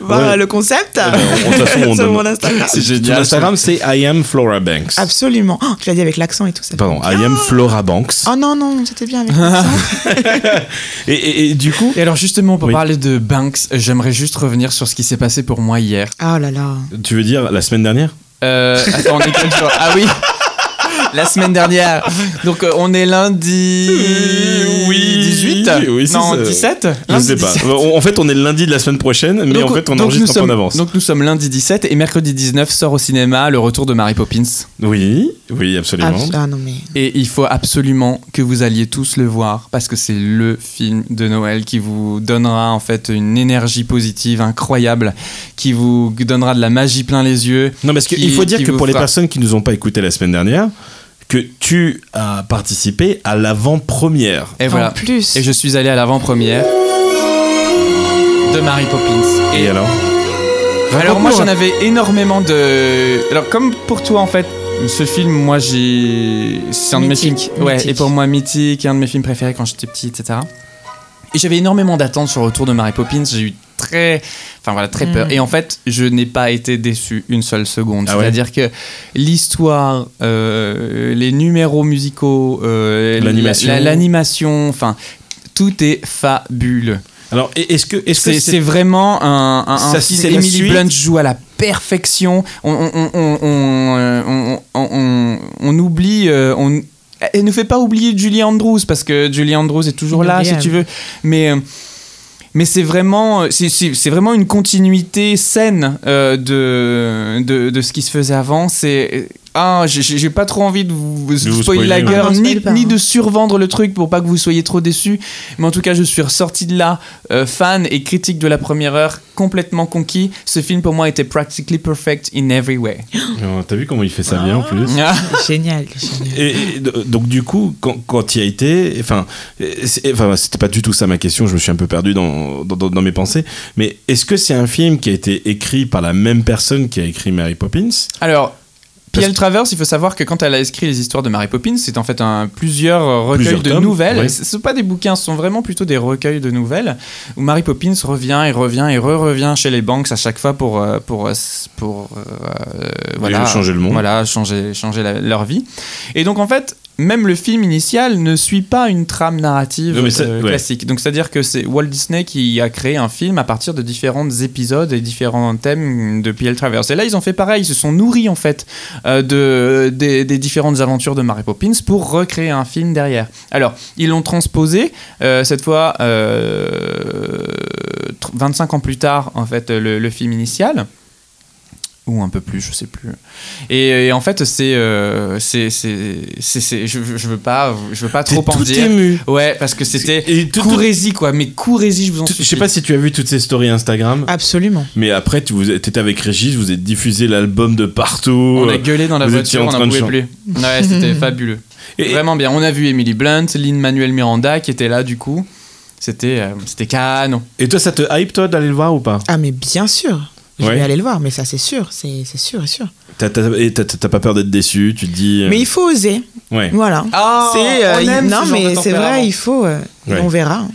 Speaker 1: voir
Speaker 2: Ouais.
Speaker 1: euh, le concept
Speaker 2: ben, on- de toute
Speaker 1: <laughs>
Speaker 2: façon, on
Speaker 1: sur
Speaker 2: donne-
Speaker 1: mon Instagram.
Speaker 3: C'est
Speaker 2: Ton
Speaker 3: génial.
Speaker 2: Instagram, c'est I am Flora Banks.
Speaker 1: Absolument. Oh, tu l'as dit avec l'accent et
Speaker 2: <laughs>
Speaker 1: tout ça.
Speaker 2: Pardon, I am Flora Banks.
Speaker 1: Oh non, non, c'était bien avec l'accent.
Speaker 2: <laughs> Et, et- et du coup,
Speaker 3: Et alors justement, pour
Speaker 2: Oui.
Speaker 3: parler de Banks, j'aimerais juste revenir sur ce qui s'est passé pour moi hier.
Speaker 1: Oh là là.
Speaker 2: tu veux dire la semaine dernière
Speaker 3: Euh, attends, on est quel jour Ah oui La semaine dernière. Donc euh, on est lundi
Speaker 2: Oui.
Speaker 3: 18
Speaker 2: Oui, c'est
Speaker 3: Non,
Speaker 2: ça.
Speaker 3: 17
Speaker 2: Je
Speaker 3: Lundi
Speaker 2: sais pas.
Speaker 3: 17.
Speaker 2: En fait, on est le lundi de la semaine prochaine, mais
Speaker 3: Ah, Donc,
Speaker 2: en fait, on
Speaker 3: donc, nous
Speaker 2: enregistre un peu
Speaker 3: sommes-
Speaker 2: en avance.
Speaker 3: Donc nous sommes lundi 17 et mercredi 19 sort au cinéma le retour de Mary Poppins.
Speaker 2: Oui, oui, absolument.
Speaker 1: Ah, ah non, mais.
Speaker 3: Et il faut absolument que vous alliez tous le voir parce que c'est le film de Noël qui vous donnera en fait une énergie positive incroyable, qui vous donnera de la magie plein les yeux.
Speaker 2: non, parce
Speaker 3: Qui-
Speaker 2: qu'il faut dire
Speaker 3: qui
Speaker 2: que
Speaker 3: vous
Speaker 2: pour les
Speaker 3: fera-
Speaker 2: personnes qui nous ont pas écouté la semaine dernière, que tu as participé à l'avant-première.
Speaker 3: Et
Speaker 1: En
Speaker 3: voilà.
Speaker 1: plus.
Speaker 3: Et je suis allé à l'avant-première de Mary Poppins.
Speaker 2: Et alors
Speaker 3: Bah Alors moi
Speaker 2: Raconte-nous,
Speaker 1: hein.
Speaker 3: j'en avais énormément de. Alors comme pour toi en fait, ce film moi j'ai c'est un de mes films.
Speaker 1: Mythique,
Speaker 3: Ouais.
Speaker 1: mythique.
Speaker 3: Et pour moi mythique, un de mes films préférés quand j'étais petit, etc. Et j'avais énormément d'attentes sur le retour de Mary Poppins. J'ai eu très, enfin voilà très peur.
Speaker 1: Mm.
Speaker 3: Et en fait je n'ai pas été déçu une seule seconde.
Speaker 2: Ah ouais
Speaker 3: C'est-à-dire que l'histoire, euh, les numéros musicaux, euh,
Speaker 2: L'animation.
Speaker 3: la- la- l'animation, enfin tout est fabuleux.
Speaker 2: Alors, et- est-ce que, est-ce que
Speaker 3: C'est
Speaker 2: c'est-
Speaker 3: c'est vraiment un, un, un
Speaker 2: Ça, si
Speaker 3: film.
Speaker 2: c'est la
Speaker 3: Emily
Speaker 2: suite-
Speaker 3: Blunt joue à la perfection. On, on, on, on, on, on- on- on oublie. euh, on, elle ne fait pas oublier Julie Andrews parce que Julie Andrews est toujours là, si
Speaker 1: Inoubliable.
Speaker 3: tu veux. Mais euh, mais c'est vraiment, euh, c'est- c'est c'est vraiment une continuité saine euh, de, de, de ce qui se faisait avant. C'est ah, j'ai- j'ai j'ai pas trop envie de vous,
Speaker 2: De vous
Speaker 3: spoiler la
Speaker 2: spoiler,
Speaker 3: guerre,
Speaker 1: ouais. Non,
Speaker 3: ni,
Speaker 1: spoil pas,
Speaker 3: ni
Speaker 1: hein.
Speaker 3: de survendre le truc pour pas que vous soyez trop déçus. Mais en tout cas, je suis ressorti de là, euh, fan et critique de la première heure, complètement conquis. Ce film pour moi était practically perfect in every
Speaker 1: <laughs>
Speaker 3: way.
Speaker 2: Oh, T'as vu comment il fait ça bien en
Speaker 3: Ah.
Speaker 2: plus
Speaker 1: Génial, génial.
Speaker 2: Et, et d- donc du coup, quand, quand il y a été, enfin, et c'est- enfin, c'était pas du tout ça ma question. Je me suis un peu perdu dans, dans, dans- dans mes pensées. Mais est-ce que c'est un film qui a été écrit par la même personne qui a écrit Mary Poppins
Speaker 3: Alors.
Speaker 2: Parce-
Speaker 3: P.L. Travers, il faut savoir que quand elle a écrit les histoires de Mary Poppins, c'est en fait un, plusieurs euh, recueils
Speaker 2: Plusieurs
Speaker 3: de
Speaker 2: tomes,
Speaker 3: nouvelles.
Speaker 2: ouais.
Speaker 3: Ce ne sont pas des bouquins, ce sont vraiment plutôt des recueils de nouvelles où Mary Poppins revient et revient et re-revient chez les banques à chaque fois pour, euh, pour, euh, s- pour, euh, voilà,
Speaker 2: changer le monde.
Speaker 3: Voilà, changer, changer la- leur vie. Et donc en fait, même le film initial ne suit pas une trame narrative
Speaker 2: Non, mais ça-
Speaker 3: euh,
Speaker 2: ouais.
Speaker 3: classique. Donc c'est-à-dire que c'est Walt Disney qui a créé un film à partir de différents épisodes et différents thèmes de P.L. Travers. Et là, ils ont fait pareil, ils se sont nourris en fait euh, de, des, des différentes aventures de Mary Poppins pour recréer un film derrière. Alors, ils l'ont transposé, euh, cette fois euh, tr- 25 ans plus tard, en fait, le, le film initial. Ou un peu plus, je sais plus. Et, et en fait, c'est, euh, c'est, c'est, c'est- c'est- je, je veux pas, je veux pas
Speaker 2: T'es
Speaker 3: trop en
Speaker 2: tout
Speaker 3: dire.
Speaker 2: ému.
Speaker 3: Ouais, parce que c'était
Speaker 2: Et tout- tout-
Speaker 3: courez-y quoi, mais courez-y, je vous en
Speaker 2: tout-
Speaker 3: supplie.
Speaker 2: Je sais pas si tu as vu toutes ces stories Instagram.
Speaker 1: Absolument.
Speaker 2: Mais après, tu vous étais avec Régis, vous êtes diffusé l'album de partout.
Speaker 3: on a gueulé dans la
Speaker 2: vous étiez
Speaker 3: voiture,
Speaker 2: en
Speaker 3: on
Speaker 2: train
Speaker 3: n'en
Speaker 2: de
Speaker 3: pouvait plus. Ouais,
Speaker 2: <laughs>
Speaker 3: c'était fabuleux.
Speaker 2: Et-
Speaker 3: Vraiment bien. On a vu Emily Blunt, Lynn Manuel Miranda qui était là du coup. C'était, euh, c'était canon.
Speaker 2: Et toi, ça te hype, toi, d'aller le voir ou pas
Speaker 1: Ah, mais bien sûr. Je
Speaker 2: Ouais.
Speaker 1: vais aller le voir, mais ça, c'est sûr. C'est c'est sûr et sûr.
Speaker 2: T'as t'as- et t'as- t'as pas peur d'être déçu, tu te dis. euh,
Speaker 1: Mais il faut oser.
Speaker 2: Ouais.
Speaker 1: Voilà.
Speaker 3: Ah,
Speaker 1: C'est, euh,
Speaker 3: on
Speaker 1: il-
Speaker 3: aime ce
Speaker 1: non,
Speaker 3: genre de
Speaker 1: mais c'est
Speaker 3: tempérament.
Speaker 1: vrai, il faut. euh, et
Speaker 2: Ouais.
Speaker 1: On verra.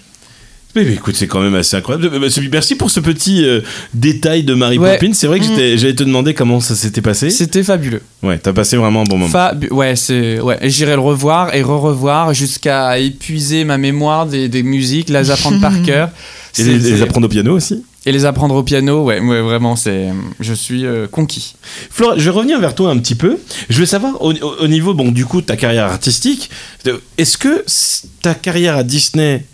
Speaker 2: Mais, mais écoute, c'est quand même assez incroyable. Mais- mais c'est- Merci pour ce petit euh, détail de Mary
Speaker 3: Ouais.
Speaker 2: Poppins. C'est vrai que
Speaker 3: Mhm.
Speaker 2: j'étais- j'allais te demander comment ça s'était passé.
Speaker 3: C'était fabuleux.
Speaker 2: Ouais, t'as passé vraiment un bon moment.
Speaker 3: Fabu- ouais, c'est ouais. Et j'irai le revoir et re-revoir jusqu'à épuiser ma mémoire des, des musiques, les apprendre
Speaker 1: <laughs>
Speaker 3: par cœur.
Speaker 2: Et
Speaker 3: C'est-
Speaker 2: les,
Speaker 3: c'est-
Speaker 2: les apprendre au piano aussi.
Speaker 3: et les apprendre au piano, ouais, ouais vraiment, c'est, je suis euh, conquis.
Speaker 2: Flora, je vais revenir vers toi un petit peu. Je veux savoir, au, au- au niveau bon, du coup, de ta carrière artistique, de- est-ce que s- ta carrière à Disney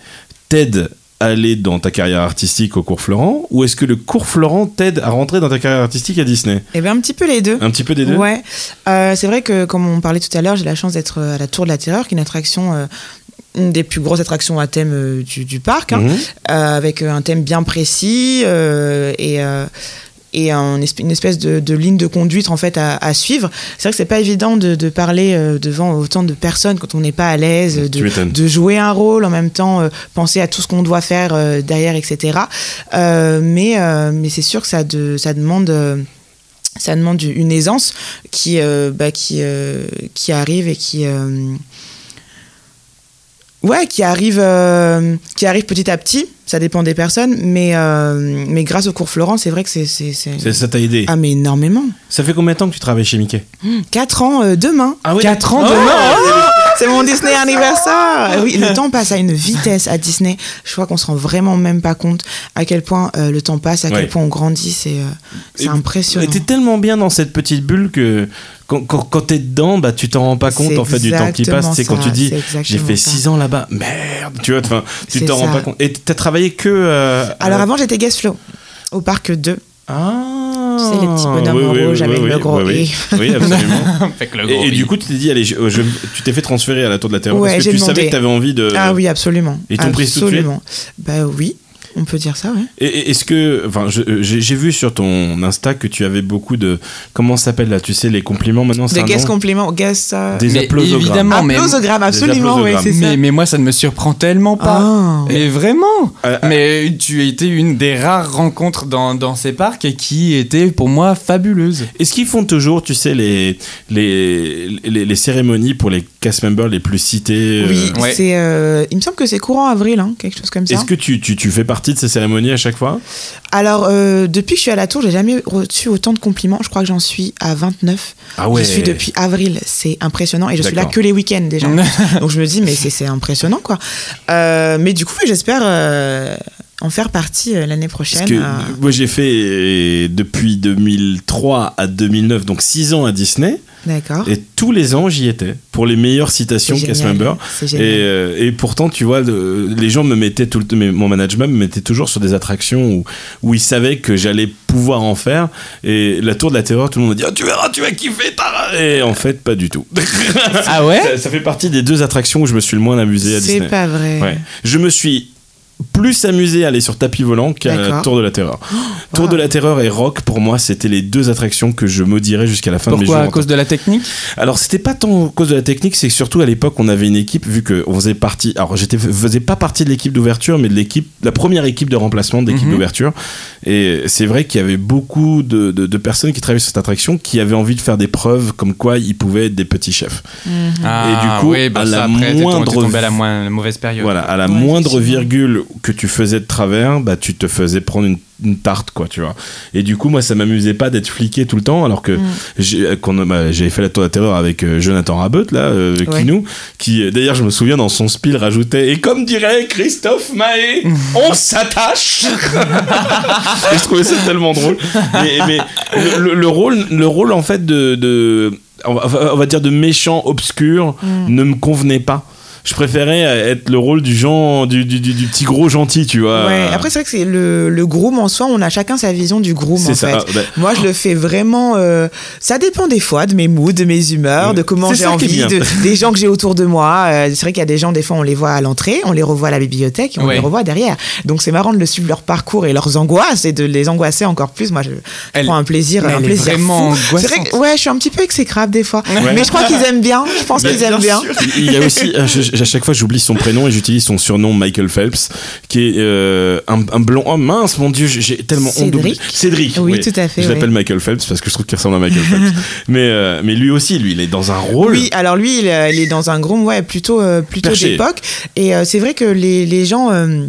Speaker 2: t'aide à aller dans ta carrière artistique au cours Florent ou est-ce que le cours Florent t'aide à rentrer dans ta carrière artistique à Disney
Speaker 1: Et Eh bien, un petit peu les deux.
Speaker 2: Un petit peu des deux
Speaker 1: Ouais, Euh, c'est vrai que comme on parlait tout à l'heure, j'ai la chance d'être euh, à la Tour de la Terreur, qui est une attraction, euh, une des plus grosses attractions à thème euh, du, du parc, hein,
Speaker 2: Mhm.
Speaker 1: euh, avec euh, un thème bien précis euh, et euh, et un esp- une espèce de, de ligne de conduite en fait à, à suivre. C'est vrai que c'est pas évident de, de parler euh, devant autant de personnes quand on n'est pas à l'aise, euh,
Speaker 2: Tu
Speaker 1: de,
Speaker 2: m'étonnes.
Speaker 1: de jouer un rôle en même temps euh, penser à tout ce qu'on doit faire euh, derrière etc Euh, mais euh, mais c'est sûr que ça de, ça demande euh, ça demande une aisance qui euh, bah, qui euh, qui arrive et qui euh, ouais qui arrive euh, qui arrive petit à petit ça dépend des personnes mais euh, mais grâce au cours Florent c'est vrai que c'est c'est c'est-
Speaker 2: Ça- Ça t'a aidé.
Speaker 1: ah mais énormément
Speaker 2: Ça fait combien de temps que tu travailles chez Mickey
Speaker 1: 4 ans euh, demain
Speaker 2: Ah oui,
Speaker 3: Quatre ans
Speaker 2: d'accord.
Speaker 3: demain,
Speaker 1: C'est mon Disney
Speaker 2: Ah
Speaker 1: anniversaire. Oui, le temps passe à une vitesse à Disney. Je crois qu'on se rend vraiment même pas compte à quel point euh, le temps passe, à
Speaker 2: Ouais.
Speaker 1: quel point on grandit. C'est euh, c'est
Speaker 2: Et-
Speaker 1: impressionnant.
Speaker 2: Et t'es tellement bien dans cette petite bulle que quand, quand, quand t'es dedans, bah, tu t'en rends pas compte
Speaker 1: C'est
Speaker 2: en fait du temps qui passe.
Speaker 1: exactement
Speaker 2: C'est quand
Speaker 1: ça,
Speaker 2: tu dis
Speaker 1: c'est
Speaker 2: j'ai fait
Speaker 1: exactement ça.
Speaker 2: 6 ans là-bas, merde, tu vois, enfin, tu
Speaker 1: C'est
Speaker 2: t'en rends
Speaker 1: ça.
Speaker 2: pas compte. Et t'as travaillé que. euh,
Speaker 1: Alors
Speaker 2: à-
Speaker 1: avant, j'étais guest flow au parc 2.
Speaker 2: Ah
Speaker 1: Tu sais, les petits bonhommes en rouge avec le gros
Speaker 2: oui, <laughs> oui,
Speaker 3: <laughs>
Speaker 2: absolument.
Speaker 3: Fait que le gros
Speaker 2: Et, et
Speaker 3: bide.
Speaker 2: du coup, tu t'es dit, allez, je- je- tu t'es fait transférer à la Tour de la Terre
Speaker 1: Ouais,
Speaker 2: parce que
Speaker 1: j'ai
Speaker 2: tu
Speaker 1: demandé.
Speaker 2: savais que t'avais envie de.
Speaker 1: Ah oui, absolument.
Speaker 2: Ils t'ont prise tout de suite
Speaker 1: Absolument. Bah oui, on peut dire ça, ouais.
Speaker 2: Et- Et est-ce que, enfin, je- j'ai j'ai vu sur ton Insta que tu avais beaucoup de, comment ça s'appelle là, tu sais, les compliments maintenant, c'est
Speaker 1: Des
Speaker 2: un
Speaker 1: guest
Speaker 2: nom
Speaker 1: compliments, guest. Euh...
Speaker 2: Des
Speaker 3: Mais
Speaker 2: applaudogrammes.
Speaker 3: évidemment, mais,
Speaker 1: applausogrammes,
Speaker 2: Des
Speaker 1: absolument, oui,
Speaker 2: applausogrammes.
Speaker 1: c'est ça.
Speaker 3: mais, mais moi, ça ne me surprend tellement pas.
Speaker 1: Ah.
Speaker 3: Mais vraiment
Speaker 2: Euh,
Speaker 3: Mais tu as été une des rares rencontres dans, dans ces parcs et qui était pour moi fabuleuse.
Speaker 2: Est-ce qu'ils font toujours, tu sais, les, les, les, les cérémonies pour les cast members les plus cités euh,
Speaker 1: Oui,
Speaker 3: ouais.
Speaker 1: c'est. euh, il me semble que c'est courant avril, hein, quelque chose comme ça.
Speaker 2: Est-ce que tu, tu, tu fais partie de ces cérémonies à chaque fois
Speaker 1: Alors, euh, depuis que je suis à la tour, j'ai jamais reçu autant de compliments. Je crois que j'en suis à 29.
Speaker 2: Ah
Speaker 1: Je suis depuis avril. C'est impressionnant. Et je suis là
Speaker 2: D'accord.
Speaker 1: que les week-ends
Speaker 3: <laughs>
Speaker 1: déjà. Donc, je me dis, mais c'est c'est impressionnant, quoi. Euh, mais du coup, oui, j'espère euh, en faire partie euh, l'année
Speaker 2: Parce
Speaker 1: prochaine.
Speaker 2: que
Speaker 1: euh.
Speaker 2: moi j'ai fait euh, depuis 2003 à 2009, donc 6 ans à Disney,
Speaker 1: D'accord.
Speaker 2: et tous les ans j'y étais pour les meilleures citations
Speaker 1: C'est
Speaker 2: cast
Speaker 1: génial.
Speaker 2: members.
Speaker 1: C'est
Speaker 2: Et,
Speaker 1: génial.
Speaker 2: euh, et pourtant, tu vois, le- les gens me mettaient tout le temps, mais mon management me mettait toujours sur des attractions où, où ils savaient que j'allais pouvoir en faire. Et la tour de la terreur, tout le monde me dit Ah, Tu verras, tu vas kiffer. t'as- Et en fait, pas du tout.
Speaker 3: ah ouais
Speaker 2: <laughs> ça, ça fait partie des deux attractions où je me suis le moins amusé à
Speaker 1: C'est
Speaker 2: Disney.
Speaker 1: pas vrai.
Speaker 2: Ouais. Je me suis plus amusé à aller sur tapis volant qu'à la
Speaker 1: D'accord.
Speaker 2: Tour de la Terreur. Tour
Speaker 1: wow.
Speaker 2: de la Terreur et Rock, pour moi, c'était les deux attractions que je maudirais jusqu'à la fin de mes jours.
Speaker 3: Pourquoi
Speaker 2: en
Speaker 3: À
Speaker 2: tant
Speaker 3: cause de la technique
Speaker 2: alors c'était pas tant à cause de la technique, c'est que surtout à l'époque on avait une équipe vu que on faisait partie. Alors j'étais faisais pas partie de l'équipe d'ouverture, mais de l'équipe, la première équipe de remplacement de l'équipe
Speaker 3: Mhm.
Speaker 2: d'ouverture. Et c'est vrai qu'il y avait beaucoup de, de- de personnes qui travaillaient sur cette attraction qui avaient envie de faire des preuves comme quoi ils pouvaient être des petits chefs.
Speaker 1: Mhm.
Speaker 3: Ah
Speaker 2: du coup, à la
Speaker 3: bah après, t'es tombé- t'es
Speaker 2: moindre-
Speaker 3: tombé à la, moins- la mauvaise période.
Speaker 2: Voilà, à la
Speaker 1: Ouais,
Speaker 2: moindre
Speaker 1: effectivement.
Speaker 2: virgule que tu faisais de travers, bah tu te faisais prendre une, une tarte quoi, tu vois. Et du coup moi ça m'amusait pas d'être fliqué tout le temps, alors que
Speaker 1: Mm.
Speaker 2: j'ai qu'on- bah, j'ai fait la tour de la terreur avec euh, Jonathan Rabeut là, euh,
Speaker 1: Ouais.
Speaker 2: Kinou, qui euh, d'ailleurs je me souviens dans son spiel rajoutait et comme dirait Christophe Mahé,
Speaker 1: <laughs>
Speaker 2: on s'attache. Et je trouvais ça tellement drôle. Mais, mais le, le- le rôle, le rôle en fait de, de- on, va, on va dire de méchant obscur
Speaker 1: Mm.
Speaker 2: ne me convenait pas. Je préférais être le rôle du genre du, du- du- du petit gros gentil, tu vois.
Speaker 1: Ouais. Après, c'est vrai que c'est le, le groom en soi, on a chacun sa vision du groom en
Speaker 2: c'est ça.
Speaker 1: fait.
Speaker 2: Ah, bah,
Speaker 1: Moi, je le fais vraiment. euh, ça dépend des fois de mes moods, de mes humeurs, de comment
Speaker 2: Mm. C'est
Speaker 1: j'ai
Speaker 2: ça qui est bien.
Speaker 1: envie, de- des gens que j'ai autour de moi. Euh, c'est vrai qu'il y a des gens, des fois, on les voit à l'entrée, on les revoit à la bibliothèque, et on
Speaker 3: Ouais.
Speaker 1: les revoit derrière. Donc, c'est marrant de le suivre leur parcours et leurs angoisses et de les angoisser encore plus. Moi, je
Speaker 3: Elle-
Speaker 1: prends un plaisir,
Speaker 3: mais
Speaker 1: un
Speaker 3: elle est
Speaker 1: plaisir
Speaker 3: vraiment
Speaker 1: fou. C'est vrai que-
Speaker 3: angoissante.
Speaker 1: ouais, je suis un petit peu exécrable des fois, mais je crois qu'ils aiment bien. Je pense
Speaker 2: Bah,
Speaker 1: qu'ils aiment bien.
Speaker 2: Il il y a aussi, euh, je- je- à chaque fois, j'oublie son prénom et j'utilise son surnom Michael Phelps, qui est euh, un, un blond. Oh mince, mon dieu, j'ai- j'ai tellement honte. d'oublier.
Speaker 1: Cédric
Speaker 2: Cédric.
Speaker 1: Oui, tout à fait,
Speaker 2: Je
Speaker 1: ouais.
Speaker 2: l'appelle Michael Phelps parce que je trouve qu'il ressemble à Michael Phelps.
Speaker 1: <laughs>
Speaker 2: mais, euh, mais lui aussi, lui, il est dans un rôle.
Speaker 1: Oui, alors lui, il, euh, il est dans un groom, ouais, plutôt, euh, plutôt
Speaker 2: Perché.
Speaker 1: d'époque. Et euh, c'est vrai que les, les gens. euh,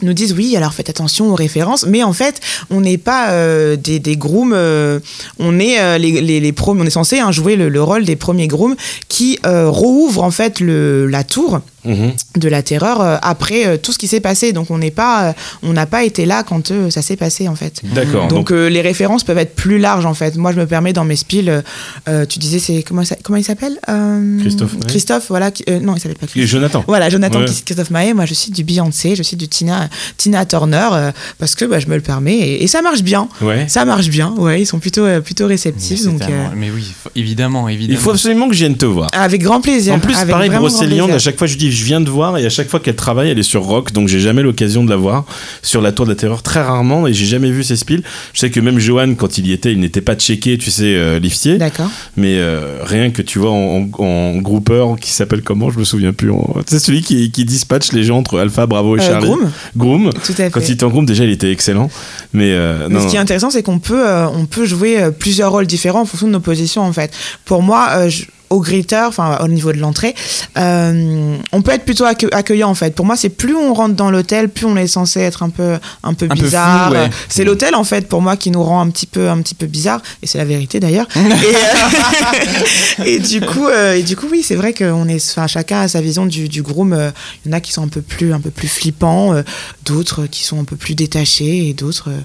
Speaker 1: nous disent oui, alors faites attention aux références, mais en fait, on n'est pas euh, des, des grooms, euh, on est euh, les, les, les prom- on est censé hein, jouer le, le rôle des premiers grooms qui euh, rouvrent en fait le, la tour
Speaker 2: Mhm.
Speaker 1: de la terreur euh, après euh, tout ce qui s'est passé. Donc on n'est pas, euh, on n'a pas été là quand euh, ça s'est passé en fait.
Speaker 2: D'accord.
Speaker 1: Donc euh, les références peuvent être plus larges en fait. Moi je me permets dans mes spills, euh, euh, tu disais c'est comment, ça- comment il s'appelle Euh,
Speaker 2: Christophe Maé.
Speaker 1: Christophe, voilà. qui- euh, non il s'appelle pas
Speaker 2: Et
Speaker 1: Christophe.
Speaker 2: Jonathan.
Speaker 1: Voilà, Jonathan
Speaker 2: Ouais.
Speaker 1: Christ- Christophe Maé, moi je suis du Beyoncé, je suis du Tina, Tina Turner, euh, parce que bah, je me le permets, et, et ça marche bien.
Speaker 2: Ouais.
Speaker 1: Ça marche bien, ouais, ils sont plutôt, euh, plutôt réceptifs.
Speaker 3: Mais
Speaker 1: Donc,
Speaker 3: c'est tellement-
Speaker 1: euh,
Speaker 3: Mais oui, faut- évidemment, évidemment.
Speaker 2: Il faut absolument que je vienne te voir.
Speaker 1: avec grand plaisir.
Speaker 2: En plus,
Speaker 1: avec
Speaker 2: pareil,
Speaker 1: vraiment grand
Speaker 2: Brocéliande, à
Speaker 1: plaisir.
Speaker 2: chaque fois je dis je viens de voir et à chaque fois qu'elle travaille, elle est sur Rock, donc j'ai jamais l'occasion de la voir sur la Tour de la Terreur, très rarement, et j'ai jamais vu ses spills. Je sais que même Johan, quand il y était, il n'était pas checké, tu sais, euh, liftier,
Speaker 1: D'accord.
Speaker 2: mais euh, rien que tu vois en, en- en groupeur qui s'appelle comment, je me souviens plus. en- Tu sais, celui qui, qui dispatche les gens entre Alpha, Bravo et
Speaker 1: Euh,
Speaker 2: Charlie.
Speaker 1: Groom,
Speaker 2: Groom.
Speaker 1: tout à
Speaker 2: Quand
Speaker 1: fait.
Speaker 2: il était en groupe, déjà, il était excellent. Mais, euh,
Speaker 1: Mais
Speaker 2: non,
Speaker 1: ce qui est
Speaker 2: non.
Speaker 1: intéressant, c'est qu'on peut, euh, on peut jouer euh, plusieurs rôles différents en fonction de nos positions, en fait. Pour moi, euh, je- au greeter, enfin au niveau de l'entrée, euh, on peut être plutôt accue- accueillant, en fait. Pour moi, c'est plus on rentre dans l'hôtel, plus on est censé être un peu, un peu
Speaker 3: Un peu
Speaker 1: bizarre.
Speaker 3: fou, ouais.
Speaker 1: Euh, C'est l'hôtel, en fait, pour moi, qui nous rend un petit peu, un petit peu bizarre, et c'est la vérité d'ailleurs. et, euh, <laughs> et du coup, euh, et du coup, oui, c'est vrai qu'on est, enfin, chacun a sa vision du, du groom. Euh, Il y en a qui sont un peu plus, un peu plus flippants, euh, d'autres qui sont un peu plus détachés, et d'autres. euh,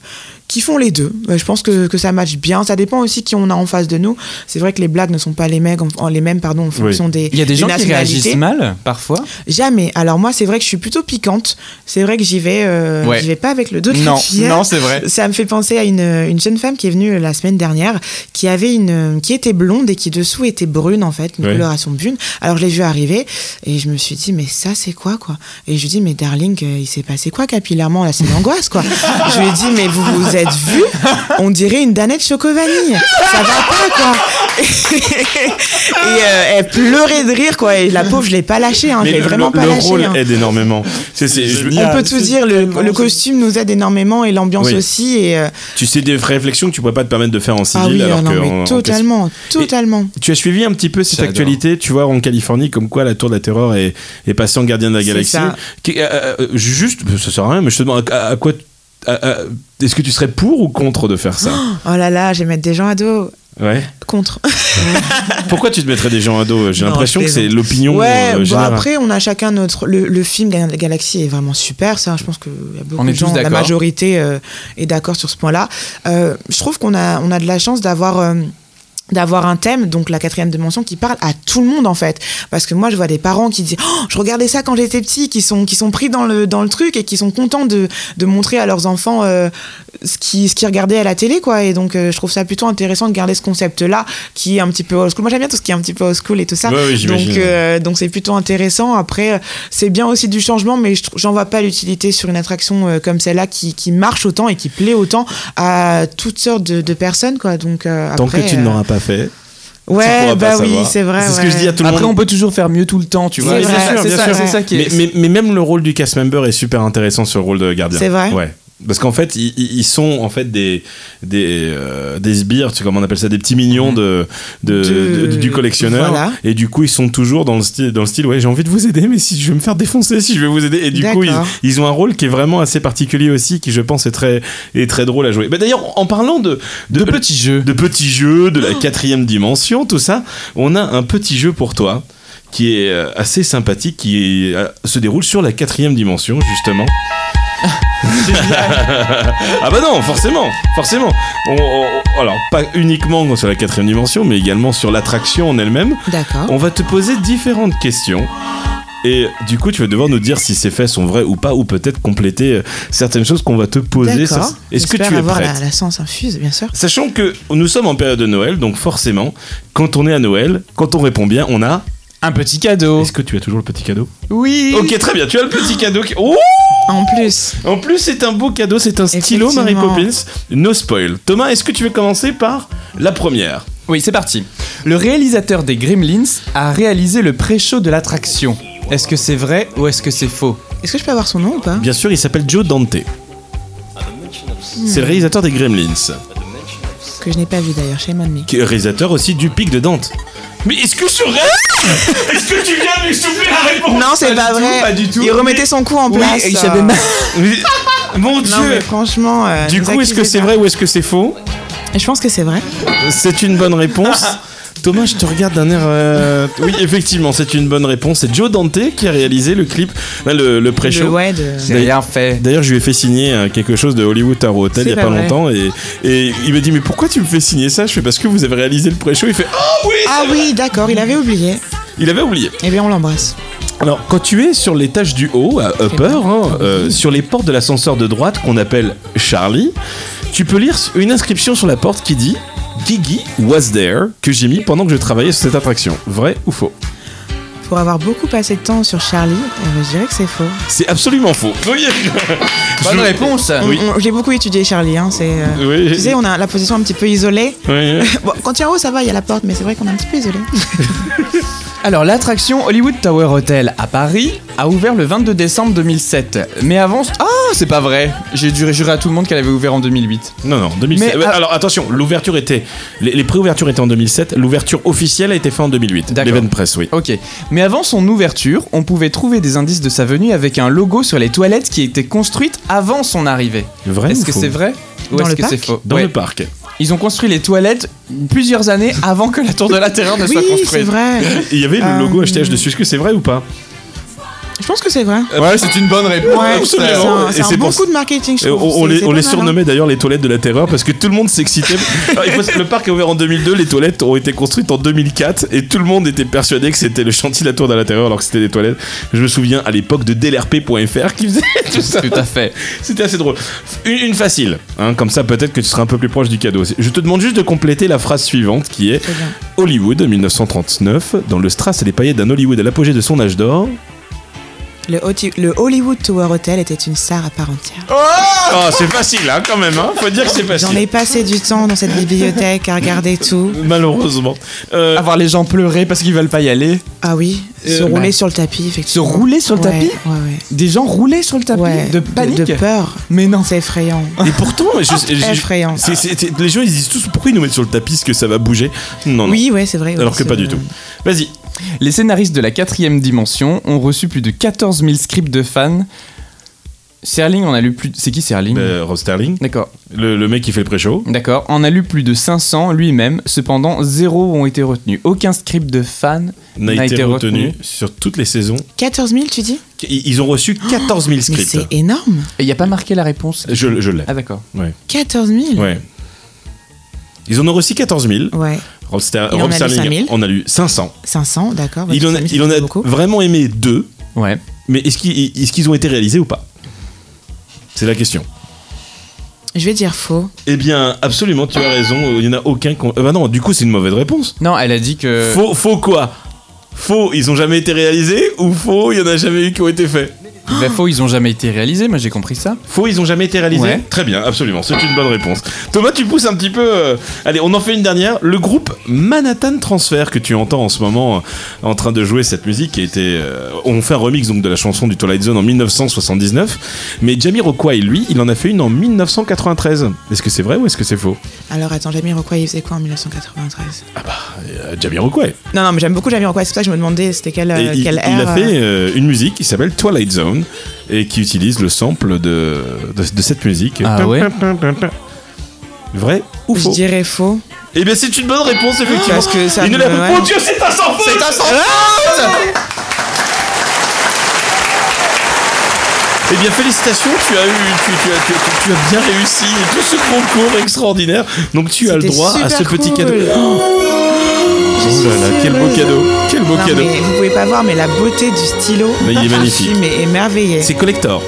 Speaker 1: qui font les deux. Euh, Je pense que, que ça matche bien. Ça dépend aussi qui on a en face de nous. C'est vrai que les blagues ne sont pas les mêmes, en- les mêmes pardon, en fonction des,
Speaker 3: Il y a des gens qui
Speaker 1: nationalités.
Speaker 3: réagissent mal, parfois.
Speaker 1: Jamais. Alors moi, c'est vrai que je suis plutôt piquante. C'est vrai que j'y vais, euh,
Speaker 3: Ouais.
Speaker 1: j'y vais pas avec le dos de
Speaker 3: Non,
Speaker 1: la cuillère.
Speaker 3: non, c'est vrai.
Speaker 1: Ça me fait penser à une, une jeune femme qui est venue la semaine dernière, qui avait une, qui était blonde et qui dessous était brune en fait, une
Speaker 2: Ouais.
Speaker 1: coloration brune. Alors je l'ai vue arriver et je me suis dit mais ça c'est quoi quoi Et je lui dis mais darling, euh, il s'est passé quoi capillairement là C'est l'angoisse quoi. je lui ai dit mais vous vous êtes vu On dirait une danette chocovanille. Ça va pas quoi. et euh, elle pleurait de rire quoi. Et la pauvre je l'ai pas lâchée. Hein.
Speaker 2: Mais
Speaker 1: Je l'ai
Speaker 2: le,
Speaker 1: vraiment
Speaker 2: le-
Speaker 1: pas
Speaker 2: le
Speaker 1: lâchée.
Speaker 2: rôle
Speaker 1: hein.
Speaker 2: aide énormément. C'est- c'est- je-
Speaker 1: On peut tout dire, le, le costume nous aide énormément et l'ambiance
Speaker 2: Oui.
Speaker 1: aussi. Et, euh,
Speaker 2: tu sais des réflexions que tu pourrais pas te permettre de faire en civil
Speaker 1: ah oui,
Speaker 2: alors
Speaker 1: ah non,
Speaker 2: que
Speaker 1: mais
Speaker 2: en- en
Speaker 1: totalement, totalement.
Speaker 2: Tu as suivi un petit peu cette
Speaker 3: J'adore.
Speaker 2: actualité, tu vois, en Californie, comme quoi la Tour de la Terreur est, est passée en gardien de la
Speaker 1: C'est
Speaker 2: galaxie.
Speaker 1: ça.
Speaker 2: Qui- euh, euh, juste, ça sert à rien, mais je te demande à, à quoi. à- à- Est-ce que tu serais pour ou contre de faire ça
Speaker 1: Oh là là, je vais mettre des gens à dos.
Speaker 2: <gasps> Ouais.
Speaker 1: Contre.
Speaker 2: Pourquoi tu te mettrais des gens à dos J'ai
Speaker 1: Non,
Speaker 2: l'impression
Speaker 1: je
Speaker 2: que c'est
Speaker 1: plaisante.
Speaker 2: l'opinion
Speaker 1: ouais,
Speaker 2: euh,
Speaker 1: bon,
Speaker 2: générale.
Speaker 1: après, on a chacun notre. Le, le film Gardien de la Galaxie est vraiment super, ça. Je pense que y a beaucoup
Speaker 3: On est
Speaker 1: de
Speaker 3: tous
Speaker 1: gens, la
Speaker 3: d'accord.
Speaker 1: majorité euh, est d'accord sur ce point-là. Euh, je trouve qu'on a, on a de la chance d'avoir. euh, d'avoir un thème, donc la quatrième dimension, qui parle à tout le monde en fait. Parce que moi, je vois des parents qui disent Oh, Je regardais ça quand j'étais petit, qui sont, qui sont pris dans le, dans le truc et qui sont contents de, de montrer à leurs enfants euh, ce qu'ils ce qu'ils regardaient à la télé. quoi Et donc, euh, je trouve ça plutôt intéressant de garder ce concept-là qui est un petit peu old school. Moi, j'aime bien tout ce qui est un petit peu old school et tout ça.
Speaker 2: Ouais, ouais, j'imagine,
Speaker 1: donc, euh, donc, c'est plutôt intéressant. Après, euh, c'est bien aussi du changement, mais je tr- j'en vois pas l'utilité sur une attraction euh, comme celle-là qui, qui marche autant et qui plaît autant à toutes sortes de, de personnes. quoi Donc, euh,
Speaker 2: Tant
Speaker 1: après,
Speaker 2: que tu
Speaker 1: euh,
Speaker 2: ne l'auras pas fait, tu
Speaker 1: Ouais,
Speaker 2: pourras
Speaker 1: bah
Speaker 2: pas
Speaker 1: oui,
Speaker 2: savoir.
Speaker 1: c'est vrai.
Speaker 2: C'est ce
Speaker 1: ouais.
Speaker 2: que je dis à tout le
Speaker 3: Après,
Speaker 2: monde.
Speaker 3: on peut toujours faire mieux tout le temps, tu vois.
Speaker 1: C'est
Speaker 3: Et
Speaker 1: vrai,
Speaker 3: ça,
Speaker 1: bien
Speaker 3: c'est ça,
Speaker 1: sûr.
Speaker 3: c'est ça qui
Speaker 2: mais,
Speaker 3: est.
Speaker 2: mais- mais même le rôle du cast member est super intéressant sur le rôle de gardien.
Speaker 1: C'est vrai
Speaker 2: Ouais. Parce qu'en fait, ils, ils- ils sont en fait des des, euh, des sbires, tu sais comment on appelle ça, des petits mignons de, de-
Speaker 1: Mhm. De-
Speaker 2: de- du collectionneur.
Speaker 1: voilà.
Speaker 2: Et du coup, ils sont toujours dans le style, dans le style, ouais, j'ai envie de vous aider, mais si je vais me faire défoncer, si je vais vous aider. Et du coup, ils,
Speaker 1: D'accord.
Speaker 2: ils ont un rôle qui est vraiment assez particulier aussi, qui je pense est très est très drôle à jouer. Bah, d'ailleurs, en parlant de
Speaker 3: De petits jeux.
Speaker 2: de petits jeux, de la quatrième dimension, tout ça. On a un petit jeu pour toi qui est euh, assez sympathique, qui est, euh, se déroule sur la quatrième dimension, justement. <laughs> ah bah non, forcément, forcément. On- on- alors, pas uniquement sur la quatrième dimension, mais également sur l'attraction en elle-même.
Speaker 1: D'accord.
Speaker 2: On va te poser différentes questions. Et du coup, tu vas devoir nous dire si ces faits sont vrais ou pas, ou peut-être compléter euh, certaines choses qu'on va te poser.
Speaker 1: D'accord.
Speaker 2: Ça- Est-ce que
Speaker 1: J'espère
Speaker 2: tu es
Speaker 1: avoir
Speaker 2: prête
Speaker 1: la, la science infuse, bien sûr.
Speaker 2: Sachant que nous sommes en période de Noël, donc forcément, quand on est à Noël, quand on répond bien, on a.
Speaker 3: Un petit cadeau.
Speaker 1: Oh.
Speaker 2: Est-ce que tu as toujours le petit cadeau
Speaker 3: Oui.
Speaker 2: Ok, très bien, tu as le petit cadeau. qui- Oh
Speaker 1: En plus,
Speaker 2: en plus, c'est un beau cadeau, c'est un stylo Mary
Speaker 1: Effectivement.
Speaker 2: Poppins. No spoil. Thomas, est-ce que tu veux commencer par la première
Speaker 3: Oui, c'est parti. Le réalisateur des Gremlins a réalisé le pré-show de l'attraction. Est-ce que c'est vrai ou est-ce que c'est faux
Speaker 1: est-ce que je peux avoir son nom ou pas
Speaker 2: Bien sûr, il s'appelle Joe Dante. C'est le réalisateur des Gremlins,
Speaker 1: Que je n'ai pas vu d'ailleurs, chez Me.
Speaker 2: qui est réalisateur aussi du Pic de Dante. Mais est-ce que je serais
Speaker 1: <laughs>
Speaker 3: Est-ce que tu viens m'expliquer la réponse
Speaker 1: Non, c'est pas,
Speaker 3: du tout,
Speaker 1: vrai.
Speaker 3: pas du tout.
Speaker 1: Il remettait son coup en
Speaker 4: Oui,
Speaker 1: place.
Speaker 4: et il savait
Speaker 1: euh,
Speaker 4: pas.
Speaker 2: Mon
Speaker 1: Non, mais
Speaker 2: dieu
Speaker 1: franchement. euh,
Speaker 2: Du
Speaker 1: nous
Speaker 2: coup, est-ce que
Speaker 1: accusez
Speaker 2: c'est
Speaker 1: pas.
Speaker 2: vrai ou est-ce que c'est faux
Speaker 1: Je pense que c'est vrai.
Speaker 2: C'est une bonne <laughs> réponse. Thomas, je te regarde d'un air. euh, Oui, effectivement, c'est une bonne réponse. C'est Joe Dante qui a réalisé le clip, là, le, le
Speaker 1: Le,
Speaker 2: pré-show.
Speaker 1: ouais, de-
Speaker 3: J'ai rien fait.
Speaker 2: D'ailleurs, je lui ai fait signer euh, quelque chose de Hollywood Tower Hotel il y a
Speaker 1: C'est
Speaker 2: pas
Speaker 1: pas vrai.
Speaker 2: longtemps et, et il m'a dit Mais pourquoi tu me fais signer ça Je fais Parce que vous avez réalisé le pré-show. Il fait Ah
Speaker 1: Ah oui, d'accord, il avait oublié.
Speaker 2: Il avait oublié.
Speaker 1: Eh bien, on l'embrasse.
Speaker 2: Alors, quand tu es sur l'étage du haut, à Upper, hein, euh, sur les portes de l'ascenseur de droite qu'on appelle Charlie, tu peux lire une inscription sur la porte qui dit Gigi was there, que j'ai mis pendant que je travaillais sur cette attraction. Vrai ou faux
Speaker 1: Pour avoir beaucoup passé de temps sur Charlie, euh, je dirais que c'est faux.
Speaker 2: C'est absolument faux. <laughs> Oui,
Speaker 3: Bonne réponse.
Speaker 1: On-
Speaker 2: Ah Oui.
Speaker 1: on- J'ai beaucoup étudié Charlie, hein, c'est. euh,
Speaker 2: oui,
Speaker 1: Tu sais, on a la position un petit peu isolée.
Speaker 2: oui.
Speaker 1: Bon, quand tu es en haut, ça va, il y a la porte, mais c'est vrai qu'on est un petit peu isolé.
Speaker 3: Alors, l'attraction Hollywood Tower Hotel à Paris a ouvert le 22 décembre 2007. Mais avant. Ah, c'est pas vrai. J'ai dû jurer à tout le monde qu'elle avait ouvert en 2008.
Speaker 2: Non, non, 2007.
Speaker 3: Mais,
Speaker 2: Ouais,
Speaker 3: ah-
Speaker 2: Alors attention, l'ouverture était. Les, les pré-ouvertures étaient en 2007, l'ouverture officielle a été faite en 2008.
Speaker 3: D'accord.
Speaker 2: L'event press, oui.
Speaker 3: Ok. Mais avant son ouverture, on pouvait trouver des indices de sa venue avec un logo sur les toilettes qui était construite avant son arrivée.
Speaker 2: Vrai
Speaker 3: Est-ce
Speaker 2: ou
Speaker 3: que
Speaker 2: faux
Speaker 3: c'est vrai ou
Speaker 1: Dans
Speaker 3: est-ce
Speaker 1: le
Speaker 3: que c'est
Speaker 1: parc
Speaker 3: faux
Speaker 2: Dans
Speaker 3: Ouais.
Speaker 2: le parc.
Speaker 3: Ils ont construit les toilettes plusieurs années avant que la tour de la Terreur ne soit
Speaker 1: oui, c'est
Speaker 3: construite.
Speaker 1: vrai.
Speaker 2: Et il y avait le logo
Speaker 1: Euh,
Speaker 2: HTH dessus, est-ce que c'est vrai ou pas
Speaker 1: Je pense que c'est vrai.
Speaker 3: Ouais, c'est une bonne réponse.
Speaker 1: Ouais,
Speaker 2: absolument.
Speaker 1: c'est un, c'est
Speaker 2: Et
Speaker 1: un
Speaker 2: c'est
Speaker 1: bon
Speaker 2: pour-
Speaker 1: coup de marketing, je
Speaker 2: Et
Speaker 1: trouve.
Speaker 2: on, on
Speaker 1: C'est-
Speaker 2: les,
Speaker 1: c'est
Speaker 2: on
Speaker 1: pas
Speaker 2: les
Speaker 1: mal, hein.
Speaker 2: surnommait d'ailleurs les toilettes de la terreur parce que tout le monde
Speaker 1: <laughs>
Speaker 2: s'excitait. Alors, il faut- le parc a ouvert en 2002, les toilettes ont été construites en 2004 et tout le monde était persuadé que c'était le chantier de la tour de la terreur alors que c'était des toilettes. Je me souviens à l'époque de dlrp.fr qui faisait <laughs> tout ça.
Speaker 3: Tout à fait.
Speaker 2: C'était assez drôle. Une, une facile, hein, comme ça peut-être que tu seras un peu plus proche du cadeau. Je te demande juste de compléter la phrase suivante qui est
Speaker 1: Très bien.
Speaker 2: Hollywood 1939, dans le strass et les paillettes d'un Hollywood à l'apogée de son âge d'or.
Speaker 1: hein. Le, Hoti- le Hollywood Tower Hotel était une star à part entière.
Speaker 2: Oh, c'est facile hein, quand même, hein. faut dire que c'est
Speaker 1: Ah J'en
Speaker 2: facile.
Speaker 1: ai passé du temps dans cette bibliothèque à regarder tout.
Speaker 2: Malheureusement. Euh,
Speaker 3: Avoir les gens pleurer parce qu'ils veulent pas y aller.
Speaker 1: Ah oui, se
Speaker 3: Euh,
Speaker 1: rouler
Speaker 3: bah,
Speaker 1: sur le tapis,
Speaker 3: Se
Speaker 1: effectivement.
Speaker 3: rouler sur le
Speaker 1: Ouais,
Speaker 3: tapis
Speaker 1: Ouais, ouais.
Speaker 3: Des gens roulaient sur le tapis
Speaker 1: Ouais,
Speaker 3: De panique
Speaker 1: de peur.
Speaker 3: Mais non.
Speaker 1: C'est effrayant.
Speaker 2: Et pourtant, je- je- je-
Speaker 1: Ah, Effrayant.
Speaker 2: c'est- c'est- c'est- les gens ils disent tous pourquoi ils nous mettent sur le tapis, est-ce que ça va bouger Non, non.
Speaker 1: Oui, ouais, c'est vrai. ouais,
Speaker 2: Alors que
Speaker 1: c'est-
Speaker 2: pas du tout. Vas-y.
Speaker 3: Les scénaristes de la quatrième dimension ont reçu plus de 14 000 scripts de fans. Serling en a lu plus. C'est qui Serling
Speaker 2: Euh, Ross Sterling,
Speaker 3: D'accord,
Speaker 2: le, le mec qui fait le pré-show.
Speaker 3: d'accord. En a lu plus de 500 lui-même. Cependant, zéro ont été retenus. Aucun script de fans
Speaker 2: N'a été, retenu, sur toutes les saisons.
Speaker 1: 14 000, tu dis
Speaker 2: Ils ils ont reçu 14 000
Speaker 1: Mais
Speaker 2: scripts.
Speaker 1: c'est énorme.
Speaker 3: Et il n'y a pas marqué la réponse.
Speaker 2: Je, je l'ai.
Speaker 3: Ah d'accord.
Speaker 1: 14 000
Speaker 2: Ouais. Ils en ont reçu 14 000.
Speaker 1: Ouais.
Speaker 2: Rob, Ster-
Speaker 1: Il en
Speaker 2: Rob
Speaker 1: a lu
Speaker 2: Sterling
Speaker 1: 5 000.
Speaker 2: on a lu 500.
Speaker 1: 500, d'accord.
Speaker 2: Il en a,
Speaker 1: 25 000,
Speaker 2: il en
Speaker 1: c'est
Speaker 2: a
Speaker 1: beaucoup.
Speaker 2: vraiment aimé deux,
Speaker 3: Ouais.
Speaker 2: mais est-ce qu'ils est-ce qu'ils ont été réalisés ou pas C'est la question.
Speaker 1: Je vais dire faux.
Speaker 2: Eh bien, absolument, tu as raison. Il n'y en a aucun. qu'on- Ah bah non, du coup, c'est une mauvaise réponse.
Speaker 3: Non, elle a dit que.
Speaker 2: Faux, faux quoi Faux, ils ont jamais été réalisés ou faux, il y en a jamais eu qui ont été faits
Speaker 3: Bah, faux, ils ont jamais été réalisés. Moi, j'ai compris ça.
Speaker 2: Faux, ils ont jamais été réalisés
Speaker 3: Ouais.
Speaker 2: Très bien, absolument, c'est une bonne réponse. Thomas, tu pousses un petit peu. euh, Allez, on en fait une dernière. Le groupe Manhattan Transfer que tu entends en ce moment euh, en train de jouer cette musique qui a été. euh, On fait un remix donc de la chanson du Twilight Zone en 1979. Mais Jamiroquai, lui, il en a fait une en 1993. Est-ce que c'est vrai ou est-ce que c'est faux
Speaker 1: Alors attends, Jamie Rockway, il faisait quoi en 1993
Speaker 2: Euh, Jamiroquai.
Speaker 1: Non, non, mais j'aime beaucoup Jamie Rockway, c'est pour ça que je me demandais c'était quelle,
Speaker 2: Et
Speaker 1: euh,
Speaker 2: il,
Speaker 1: quelle
Speaker 2: il
Speaker 1: ère,
Speaker 2: a
Speaker 1: euh,
Speaker 2: fait euh, une musique qui s'appelle Twilight Zone et qui utilise le sample de, de, de cette musique.
Speaker 3: Ah ouais
Speaker 2: Vrai ou
Speaker 1: Je
Speaker 2: faux
Speaker 1: dirais faux.
Speaker 2: Eh bien, c'est une bonne réponse, effectivement.
Speaker 1: Parce que ça
Speaker 2: Il ne
Speaker 1: me-
Speaker 2: l'a-
Speaker 1: ouais.
Speaker 2: Mon Dieu, c'est un sans faute
Speaker 1: un sans
Speaker 2: Eh bien, félicitations, tu as eu, tu, tu as, tu, tu- tu as bien réussi tout ce concours extraordinaire. Donc, tu as le
Speaker 1: C'était
Speaker 2: droit à ce
Speaker 1: super
Speaker 2: petit
Speaker 1: cool.
Speaker 2: cadeau. Oh là là,
Speaker 1: suis
Speaker 2: quel beau
Speaker 1: heureuse.
Speaker 2: cadeau Quel beau
Speaker 1: Non,
Speaker 2: cadeau
Speaker 1: mais vous pouvez pas voir, mais la beauté du stylo.
Speaker 2: Mais il est magnifique.
Speaker 1: Je suis mais émerveillée.
Speaker 2: C'est collector.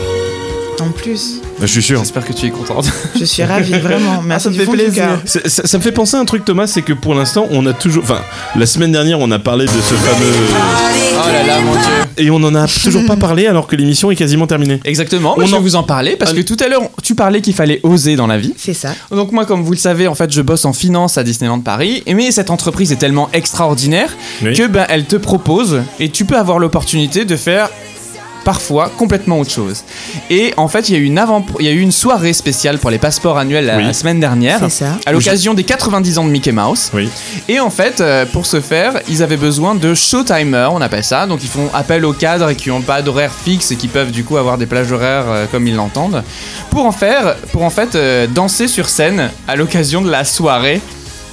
Speaker 1: En plus,
Speaker 2: Je suis sûr.
Speaker 3: J'espère que tu es contente.
Speaker 1: je suis
Speaker 3: <laughs>
Speaker 1: ravie, vraiment. Merci
Speaker 3: Ah, ça me
Speaker 1: du
Speaker 3: fait
Speaker 1: fond du
Speaker 3: plaisir.
Speaker 1: cœur.
Speaker 2: Ça, ça- ça me fait penser à un truc, Thomas, c'est que pour l'instant, on a toujours. Enfin, la semaine dernière, on a parlé de ce fameux.
Speaker 3: <laughs> oh là là, <laughs> mon dieu.
Speaker 2: Et on en a toujours pas parlé alors que l'émission est quasiment terminée.
Speaker 3: Exactement.
Speaker 2: On
Speaker 3: On je
Speaker 2: en-
Speaker 3: vais vous en parler parce que tout à l'heure, on- tu parlais qu'il fallait oser dans la vie.
Speaker 1: C'est ça.
Speaker 3: Donc moi, comme vous le savez, en fait, je bosse en finance à Disneyland Paris. Et mais cette entreprise est tellement extraordinaire
Speaker 2: Oui.
Speaker 3: que ben elle te propose et tu peux avoir l'opportunité de faire parfois complètement autre chose. Et en fait, il y a eu une avant, il y a eu une soirée spéciale pour les passeports annuels la,
Speaker 2: Oui.
Speaker 3: la semaine dernière,
Speaker 1: C'est ça.
Speaker 3: à l'occasion des 90 ans de Mickey Mouse.
Speaker 2: Oui.
Speaker 3: Et en fait, euh, pour ce faire, ils avaient besoin de showtimers, on appelle ça. Donc ils font appel aux cadres qui n'ont pas d'horaire fixe et qui peuvent du coup avoir des plages horaires euh, comme ils l'entendent, pour en faire, pour en fait euh, danser sur scène à l'occasion de la soirée.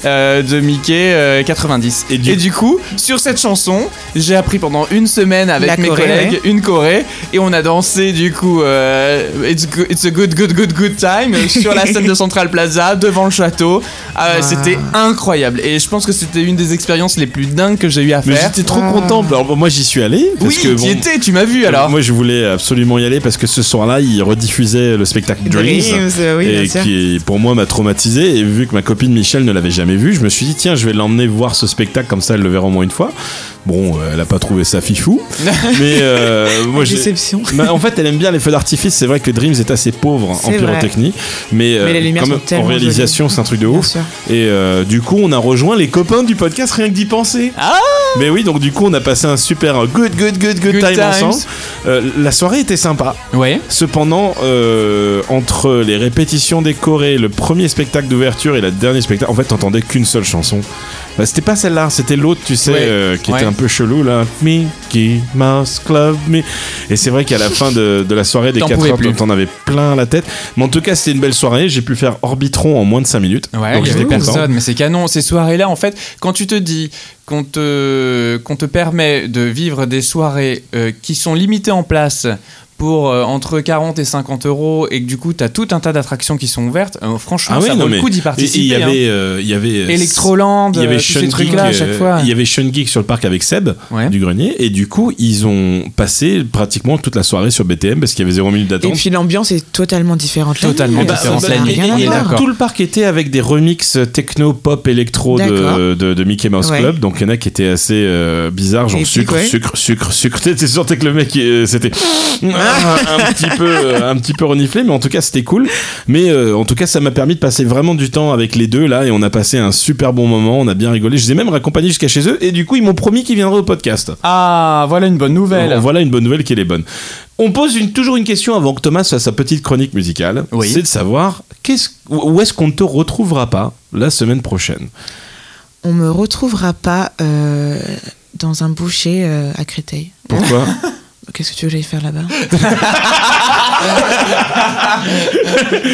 Speaker 3: euh, de Mickey euh, 90.
Speaker 2: Et du-
Speaker 3: coup, sur cette chanson, j'ai appris pendant une semaine avec
Speaker 1: La
Speaker 3: mes
Speaker 1: choré,
Speaker 3: collègues une choré et on a dansé du coup euh, it's, go- it's a good good good good time euh, sur la scène de Central Plaza devant le château. Euh,
Speaker 1: Wow.
Speaker 3: C'était incroyable. Et je pense que c'était une des expériences les plus dingues que j'ai eu à
Speaker 2: Mais
Speaker 3: faire.
Speaker 2: j'étais trop
Speaker 1: Ah.
Speaker 2: content. Alors, bon, moi, j'y suis allé. Parce
Speaker 3: Oui,
Speaker 2: que, bon, euh,
Speaker 3: t'y étais, tu m'as vu alors.
Speaker 2: Moi, je voulais absolument y aller parce que ce soir-là, ils rediffusaient le spectacle Dreams.
Speaker 1: euh, oui, bien
Speaker 2: et
Speaker 1: sûr.
Speaker 2: qui pour moi m'a traumatisé et vu que ma copine Michel ne l'avait jamais vu je me suis dit tiens je vais l'emmener voir ce spectacle comme ça elle le verra au moins une fois bon euh, elle a pas trouvé ça fifou mais euh, moi j'ai
Speaker 1: Déception.
Speaker 2: Bah, en fait, elle aime bien les feux d'artifice. C'est vrai que Dreams est assez pauvre en
Speaker 1: C'est vrai.
Speaker 2: pyrotechnie, mais, euh,
Speaker 1: les lumières
Speaker 2: quand
Speaker 1: sont
Speaker 2: même, en
Speaker 1: tellement
Speaker 2: réalisation, c'est un truc de
Speaker 1: Bien
Speaker 2: ouf.
Speaker 1: sûr.
Speaker 2: Et euh, du coup, on a rejoint les copains du podcast rien que d'y penser.
Speaker 3: Ah
Speaker 2: Mais oui, donc du coup, on a passé un super euh, good, good, good, good,
Speaker 3: Good
Speaker 2: time
Speaker 3: times.
Speaker 2: ensemble. Euh, la soirée était sympa.
Speaker 3: Ouais.
Speaker 2: Cependant, euh, entre les répétitions des chorés, le premier spectacle d'ouverture et le dernier spectacle, en fait, t'entendais qu'une seule chanson. Bah, c'était pas celle-là, c'était l'autre, tu sais,
Speaker 3: Ouais.
Speaker 2: euh, qui
Speaker 3: Ouais.
Speaker 2: était un peu chelou, là. Mickey Mouse Club, me. Et c'est vrai qu'à la fin de, de la soirée des
Speaker 3: T'en
Speaker 2: 4
Speaker 3: pouvais
Speaker 2: heures,
Speaker 3: plus.
Speaker 2: t'en avais plein la tête. Mais en tout cas, c'était une belle soirée. J'ai pu faire Orbitron en moins de 5 minutes.
Speaker 3: Ouais,
Speaker 2: donc
Speaker 3: il y
Speaker 2: j'étais
Speaker 3: avait
Speaker 2: content.
Speaker 3: personne, mais c'est canon. Ces soirées-là, en fait, quand tu te dis qu'on te, qu'on te permet de vivre des soirées euh, qui sont limitées en place pour euh, entre 40 et 50 euros et que du coup, tu as tout un tas d'attractions qui sont ouvertes, euh, franchement,
Speaker 2: Ah oui,
Speaker 3: ça
Speaker 2: non,
Speaker 3: vaut
Speaker 2: mais-
Speaker 3: le coup d'y
Speaker 2: Et- et
Speaker 3: participer.
Speaker 2: Il y
Speaker 3: hein.
Speaker 2: avait. euh, il y avait euh,
Speaker 3: Electroland,
Speaker 2: il y avait
Speaker 3: euh, tous
Speaker 2: Sean
Speaker 3: ces
Speaker 2: Geek,
Speaker 3: trucs-là à chaque
Speaker 2: euh,
Speaker 3: fois.
Speaker 2: il y avait Sean Geek sur le parc avec Seb
Speaker 1: Hein
Speaker 3: Ouais.
Speaker 2: du grenier et du coup ils ont passé pratiquement toute la soirée sur BTM parce qu'il y avait zéro minute
Speaker 1: Et
Speaker 2: d'attente.
Speaker 1: puis l'ambiance est totalement différente. là.
Speaker 3: Totalement
Speaker 1: Eh ben,
Speaker 3: différente Bah,
Speaker 1: ça
Speaker 3: la
Speaker 1: n'a
Speaker 3: nuit.
Speaker 1: rien à
Speaker 3: Et- et
Speaker 1: voir.
Speaker 3: d'accord.
Speaker 2: tout le parc était avec des remixes techno, pop, électro de,
Speaker 1: D'accord.
Speaker 2: de, de Mickey Mouse
Speaker 1: Ouais.
Speaker 2: Club. Donc il y en a qui étaient assez euh, bizarres, genre
Speaker 1: Et puis,
Speaker 2: sucre,
Speaker 1: ouais.
Speaker 2: sucre, sucre, sucre, <laughs> T'étais sorti que le mec euh,
Speaker 1: <laughs>
Speaker 2: c'était un, un petit peu, euh, un petit peu reniflé, mais en tout cas c'était cool. Mais euh, en tout cas ça m'a permis de passer vraiment du temps avec les deux là et on a passé un super bon moment. On a bien rigolé. Je les ai même raccompagnés jusqu'à chez eux et du coup ils m'ont promis qu'ils viendraient au podcast.
Speaker 3: Ah, voilà une bonne nouvelle.
Speaker 2: Bon, voilà une bonne nouvelle qui est bonne. On pose une- toujours une question avant que Thomas fasse sa petite chronique musicale.
Speaker 3: Oui.
Speaker 2: C'est de savoir qu'est-ce- où est-ce qu'on ne te retrouvera pas la semaine prochaine.
Speaker 1: On me retrouvera pas euh, dans un boucher euh, à Créteil.
Speaker 2: <laughs> Pourquoi
Speaker 1: Qu'est-ce que tu veux que j'aille faire là-bas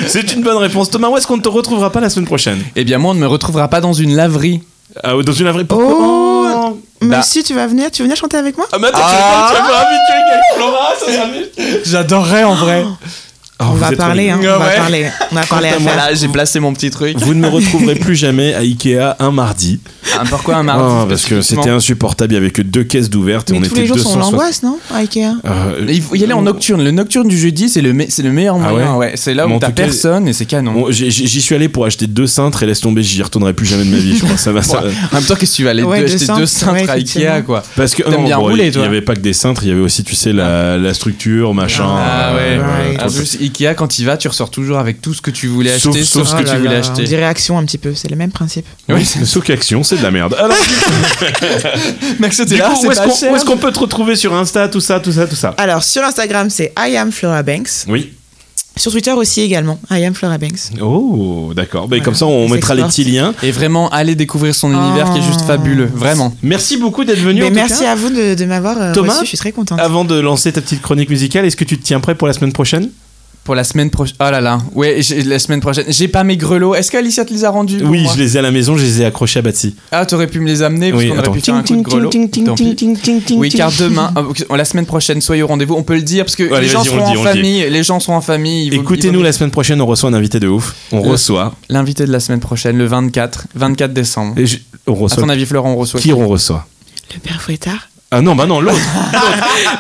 Speaker 2: C'est une bonne réponse. Thomas, où est-ce qu'on ne te retrouvera pas la semaine prochaine
Speaker 3: Eh bien, moi, on ne me retrouvera pas dans une laverie.
Speaker 2: Ah, Dans une vraie...
Speaker 1: Oh Mais
Speaker 3: Bah.
Speaker 1: si, tu vas venir, tu veux venir chanter avec moi
Speaker 2: Ah, mais attends,
Speaker 3: Ah.
Speaker 2: tu vas pas habitué avec Flora, ça sera mieux.
Speaker 3: J'adorerais en vrai.
Speaker 2: Oh,
Speaker 1: On
Speaker 2: vous
Speaker 1: va
Speaker 2: êtes
Speaker 1: parler,
Speaker 2: trop
Speaker 1: hein,
Speaker 3: mignons.
Speaker 1: on va
Speaker 3: Ouais.
Speaker 1: parler. On va parler à faire.
Speaker 3: Voilà, j'ai placé mon petit truc.
Speaker 1: hein.
Speaker 2: mignons. Vous ne me retrouverez
Speaker 1: <laughs>
Speaker 2: plus jamais à Ikea un mardi.
Speaker 3: Ah, Pourquoi un mardi
Speaker 2: Ah, parce que
Speaker 3: spécifiquement
Speaker 2: c'était insupportable. Il y avait que deux caisses d'ouvertes et on
Speaker 1: Mais tous
Speaker 2: était
Speaker 1: les jours sont
Speaker 2: 260.
Speaker 1: l'angoisse, non À Ikea
Speaker 2: Euh,
Speaker 3: Mais Il faut y aller en nocturne. Le nocturne du jeudi, c'est le, me- c'est le meilleur
Speaker 2: Ah
Speaker 3: moyen. ouais. C'est là
Speaker 2: Mais en
Speaker 3: où t'as
Speaker 2: tout cas,
Speaker 3: personne et c'est canon.
Speaker 2: Bon, j'ai- j'ai- J'y suis allé pour acheter deux cintres et laisse tomber, j'y retournerai plus jamais de ma vie, je crois. Ça va, ça va.
Speaker 3: En même temps, qu'est-ce que tu vas aller
Speaker 1: Ouais,
Speaker 3: deux-
Speaker 1: deux
Speaker 3: acheter deux
Speaker 1: cintres,
Speaker 3: cintres
Speaker 1: ouais,
Speaker 3: à Ikea,
Speaker 1: effectivement.
Speaker 3: quoi
Speaker 2: Parce que
Speaker 3: T'aimes bien rouler,
Speaker 2: il
Speaker 3: toi.
Speaker 2: n'y avait pas que des cintres, il y avait aussi, tu sais, la, la structure, machin.
Speaker 3: Ah ouais.
Speaker 2: euh,
Speaker 1: ouais.
Speaker 2: tout
Speaker 3: En
Speaker 2: ça.
Speaker 3: plus, Ikea, quand il va, tu ressors toujours avec tout ce que tu voulais
Speaker 2: Sauf-
Speaker 3: acheter, sauf,
Speaker 2: sauf ce
Speaker 3: ce que
Speaker 1: Oh là
Speaker 3: tu voulais
Speaker 1: là, On
Speaker 3: acheter.
Speaker 1: dit réaction un petit peu, c'est le même principe.
Speaker 3: Oui,
Speaker 2: Mais Sauf qu'action, c'est de la merde. Alors,
Speaker 3: Max,
Speaker 2: du
Speaker 3: c'était là,
Speaker 2: coup,
Speaker 3: c'est
Speaker 2: où est-ce
Speaker 3: pas
Speaker 2: qu'on-
Speaker 3: cher.
Speaker 2: où est-ce qu'on peut te retrouver sur Insta, tout ça, tout ça, tout ça
Speaker 1: Alors, sur Instagram, c'est I am Flora Banks.
Speaker 2: Oui.
Speaker 1: Sur Twitter aussi également, I am Flora Banks.
Speaker 2: Oh, d'accord. Ben,
Speaker 1: Voilà.
Speaker 2: Comme ça, on
Speaker 1: C'est
Speaker 2: mettra les
Speaker 1: exporte.
Speaker 2: petits liens.
Speaker 3: Et vraiment, aller découvrir son univers qui est juste
Speaker 1: Ah.
Speaker 3: fabuleux. Vraiment.
Speaker 2: Merci beaucoup d'être venu. en
Speaker 1: Mais
Speaker 2: tout
Speaker 1: Ben, merci
Speaker 2: cas.
Speaker 1: à vous de, de m'avoir euh,
Speaker 2: Thomas,
Speaker 1: reçu, je suis très contente.
Speaker 3: Ah.
Speaker 2: Avant de lancer ta petite chronique musicale, est-ce que tu te tiens prêt pour la semaine prochaine
Speaker 3: Pour la semaine prochaine. Oh là là. Ouais, j'ai- la semaine prochaine. J'ai pas mes grelots. Est-ce qu'Alicia te les a rendus pour
Speaker 2: Oui,
Speaker 3: moi
Speaker 2: je les ai à la maison, je les ai accrochés à Betsy.
Speaker 3: Ah, t'aurais pu me les amener parce
Speaker 2: Oui,
Speaker 3: qu'on aurait
Speaker 2: attends.
Speaker 3: pu faire un coup de grelot. Tant pis. Oui, car demain, ah, ok, la semaine prochaine, soyez au rendez-vous. On peut le dire parce que
Speaker 2: Allez,
Speaker 3: les gens
Speaker 2: vas-y, on le
Speaker 3: seront en
Speaker 2: dit, on le dit.
Speaker 3: famille. Les gens seront en famille. il vaut- il vaut
Speaker 2: Écoutez-nous
Speaker 3: mieux
Speaker 2: la semaine prochaine, on reçoit un invité de ouf. On
Speaker 3: Le-
Speaker 2: reçoit.
Speaker 3: L'invité de la semaine prochaine, le 24, 24 décembre.
Speaker 2: Et je- on
Speaker 3: À
Speaker 2: reçoit.
Speaker 3: ton avis, Florent, on reçoit
Speaker 2: Qui on reçoit
Speaker 1: Le père Fouettard
Speaker 2: Ah non, bah non, l'autre.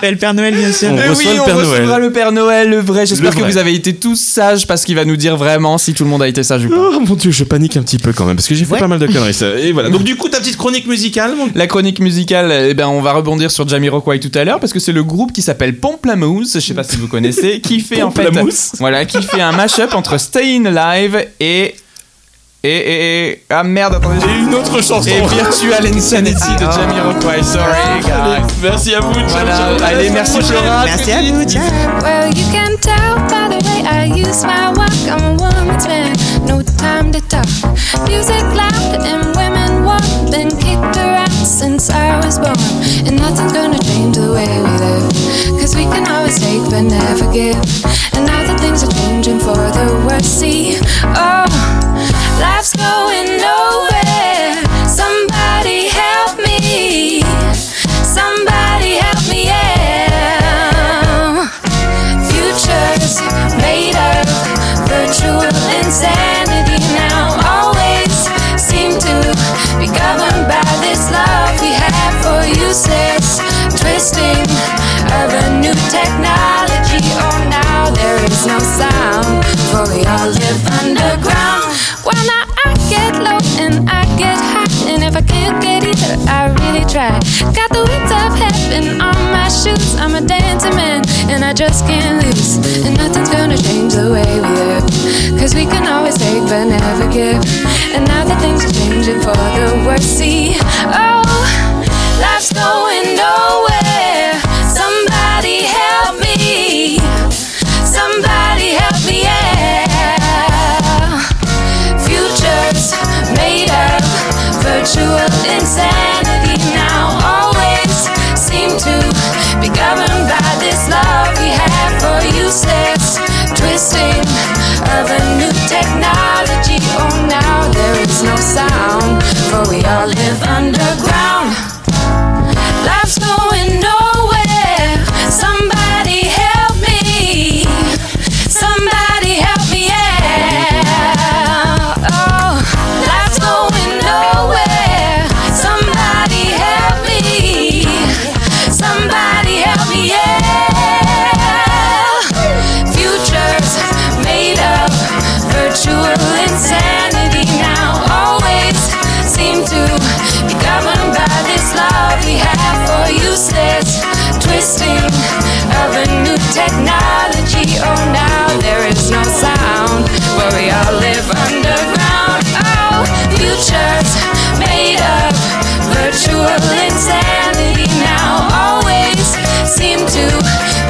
Speaker 1: Le Père Noël, bien sûr.
Speaker 2: On
Speaker 3: Eh
Speaker 2: reçoit
Speaker 3: oui,
Speaker 2: le
Speaker 3: on
Speaker 2: Père
Speaker 3: recevra
Speaker 2: Noël.
Speaker 3: le Père Noël, le vrai. J'espère
Speaker 2: Le
Speaker 3: que
Speaker 2: vrai.
Speaker 3: vous avez été tous sages parce qu'il va nous dire vraiment si tout le monde a été
Speaker 2: <laughs>
Speaker 3: sage ou pas.
Speaker 2: Oh mon dieu, je panique un petit peu quand même parce que j'ai fait
Speaker 1: Ouais.
Speaker 2: pas mal de conneries. ça. Et voilà. Donc du coup, ta petite chronique musicale. mon-
Speaker 3: La chronique musicale, eh ben, on va rebondir sur Jamiroquai tout à l'heure parce que c'est le groupe qui s'appelle Pamplamousse, je sais pas si vous connaissez, qui fait en fait,
Speaker 2: Pamplamousse
Speaker 3: voilà, qui fait un mashup entre Stayin' Alive et Et, et, et- Ah merde, attendez. j'ai-
Speaker 2: Et une autre chanson.
Speaker 3: Et Virtual Insanity de Jamiroquai, sorry guys.
Speaker 2: Merci à vous. ciao,
Speaker 3: Voilà,
Speaker 2: ciao.
Speaker 3: allez, merci Flora.
Speaker 1: Merci à vous, ciao.
Speaker 4: Well, you can tell by the way I use my walk. I'm a woman's man, no time to talk. Music loud and women warm. Been kicked around since I was born. And nothing's gonna change the way we live. Cause we can always take but never give. And now that things are changing for the worse, see, oh, life's going nowhere. Somebody help me. Somebody help me, yeah. Futures made of virtual insanity now always seem to be governed by this love we have for useless twisting of a new technology. Oh, now there is no sound, for we all live underground. Well, now I get low and I get high, and if I can't get either, I really try. Got the wings of heaven on my shoes. I'm a dancing man, and I just can't lose. And nothing's gonna change the way we live. Cause we can always take but never give. And now that things are changing for the worse, see, oh, life's going nowhere. Somebody help me. Somebody help me, yeah. Futures made of virtual insanity now always seem to be governed by this love we have for useless twisting of a new technology. Oh, now there is no sound, for we all live underground. Life's going nowhere. Somebody help me. Somebody help me, yeah. Oh, life's going nowhere. Somebody help me. Somebody help me, yeah. Futures made of virtual insanity now always seem to be governed by this love we have for useless twisting of a new technology. Oh, now there is no sound where we all live underground. Oh, futures made of virtual insanity now always seem to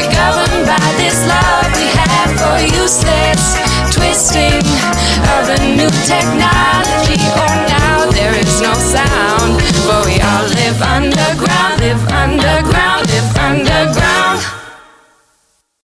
Speaker 4: be governed by this love we have for useless twisting of a new technology. Oh,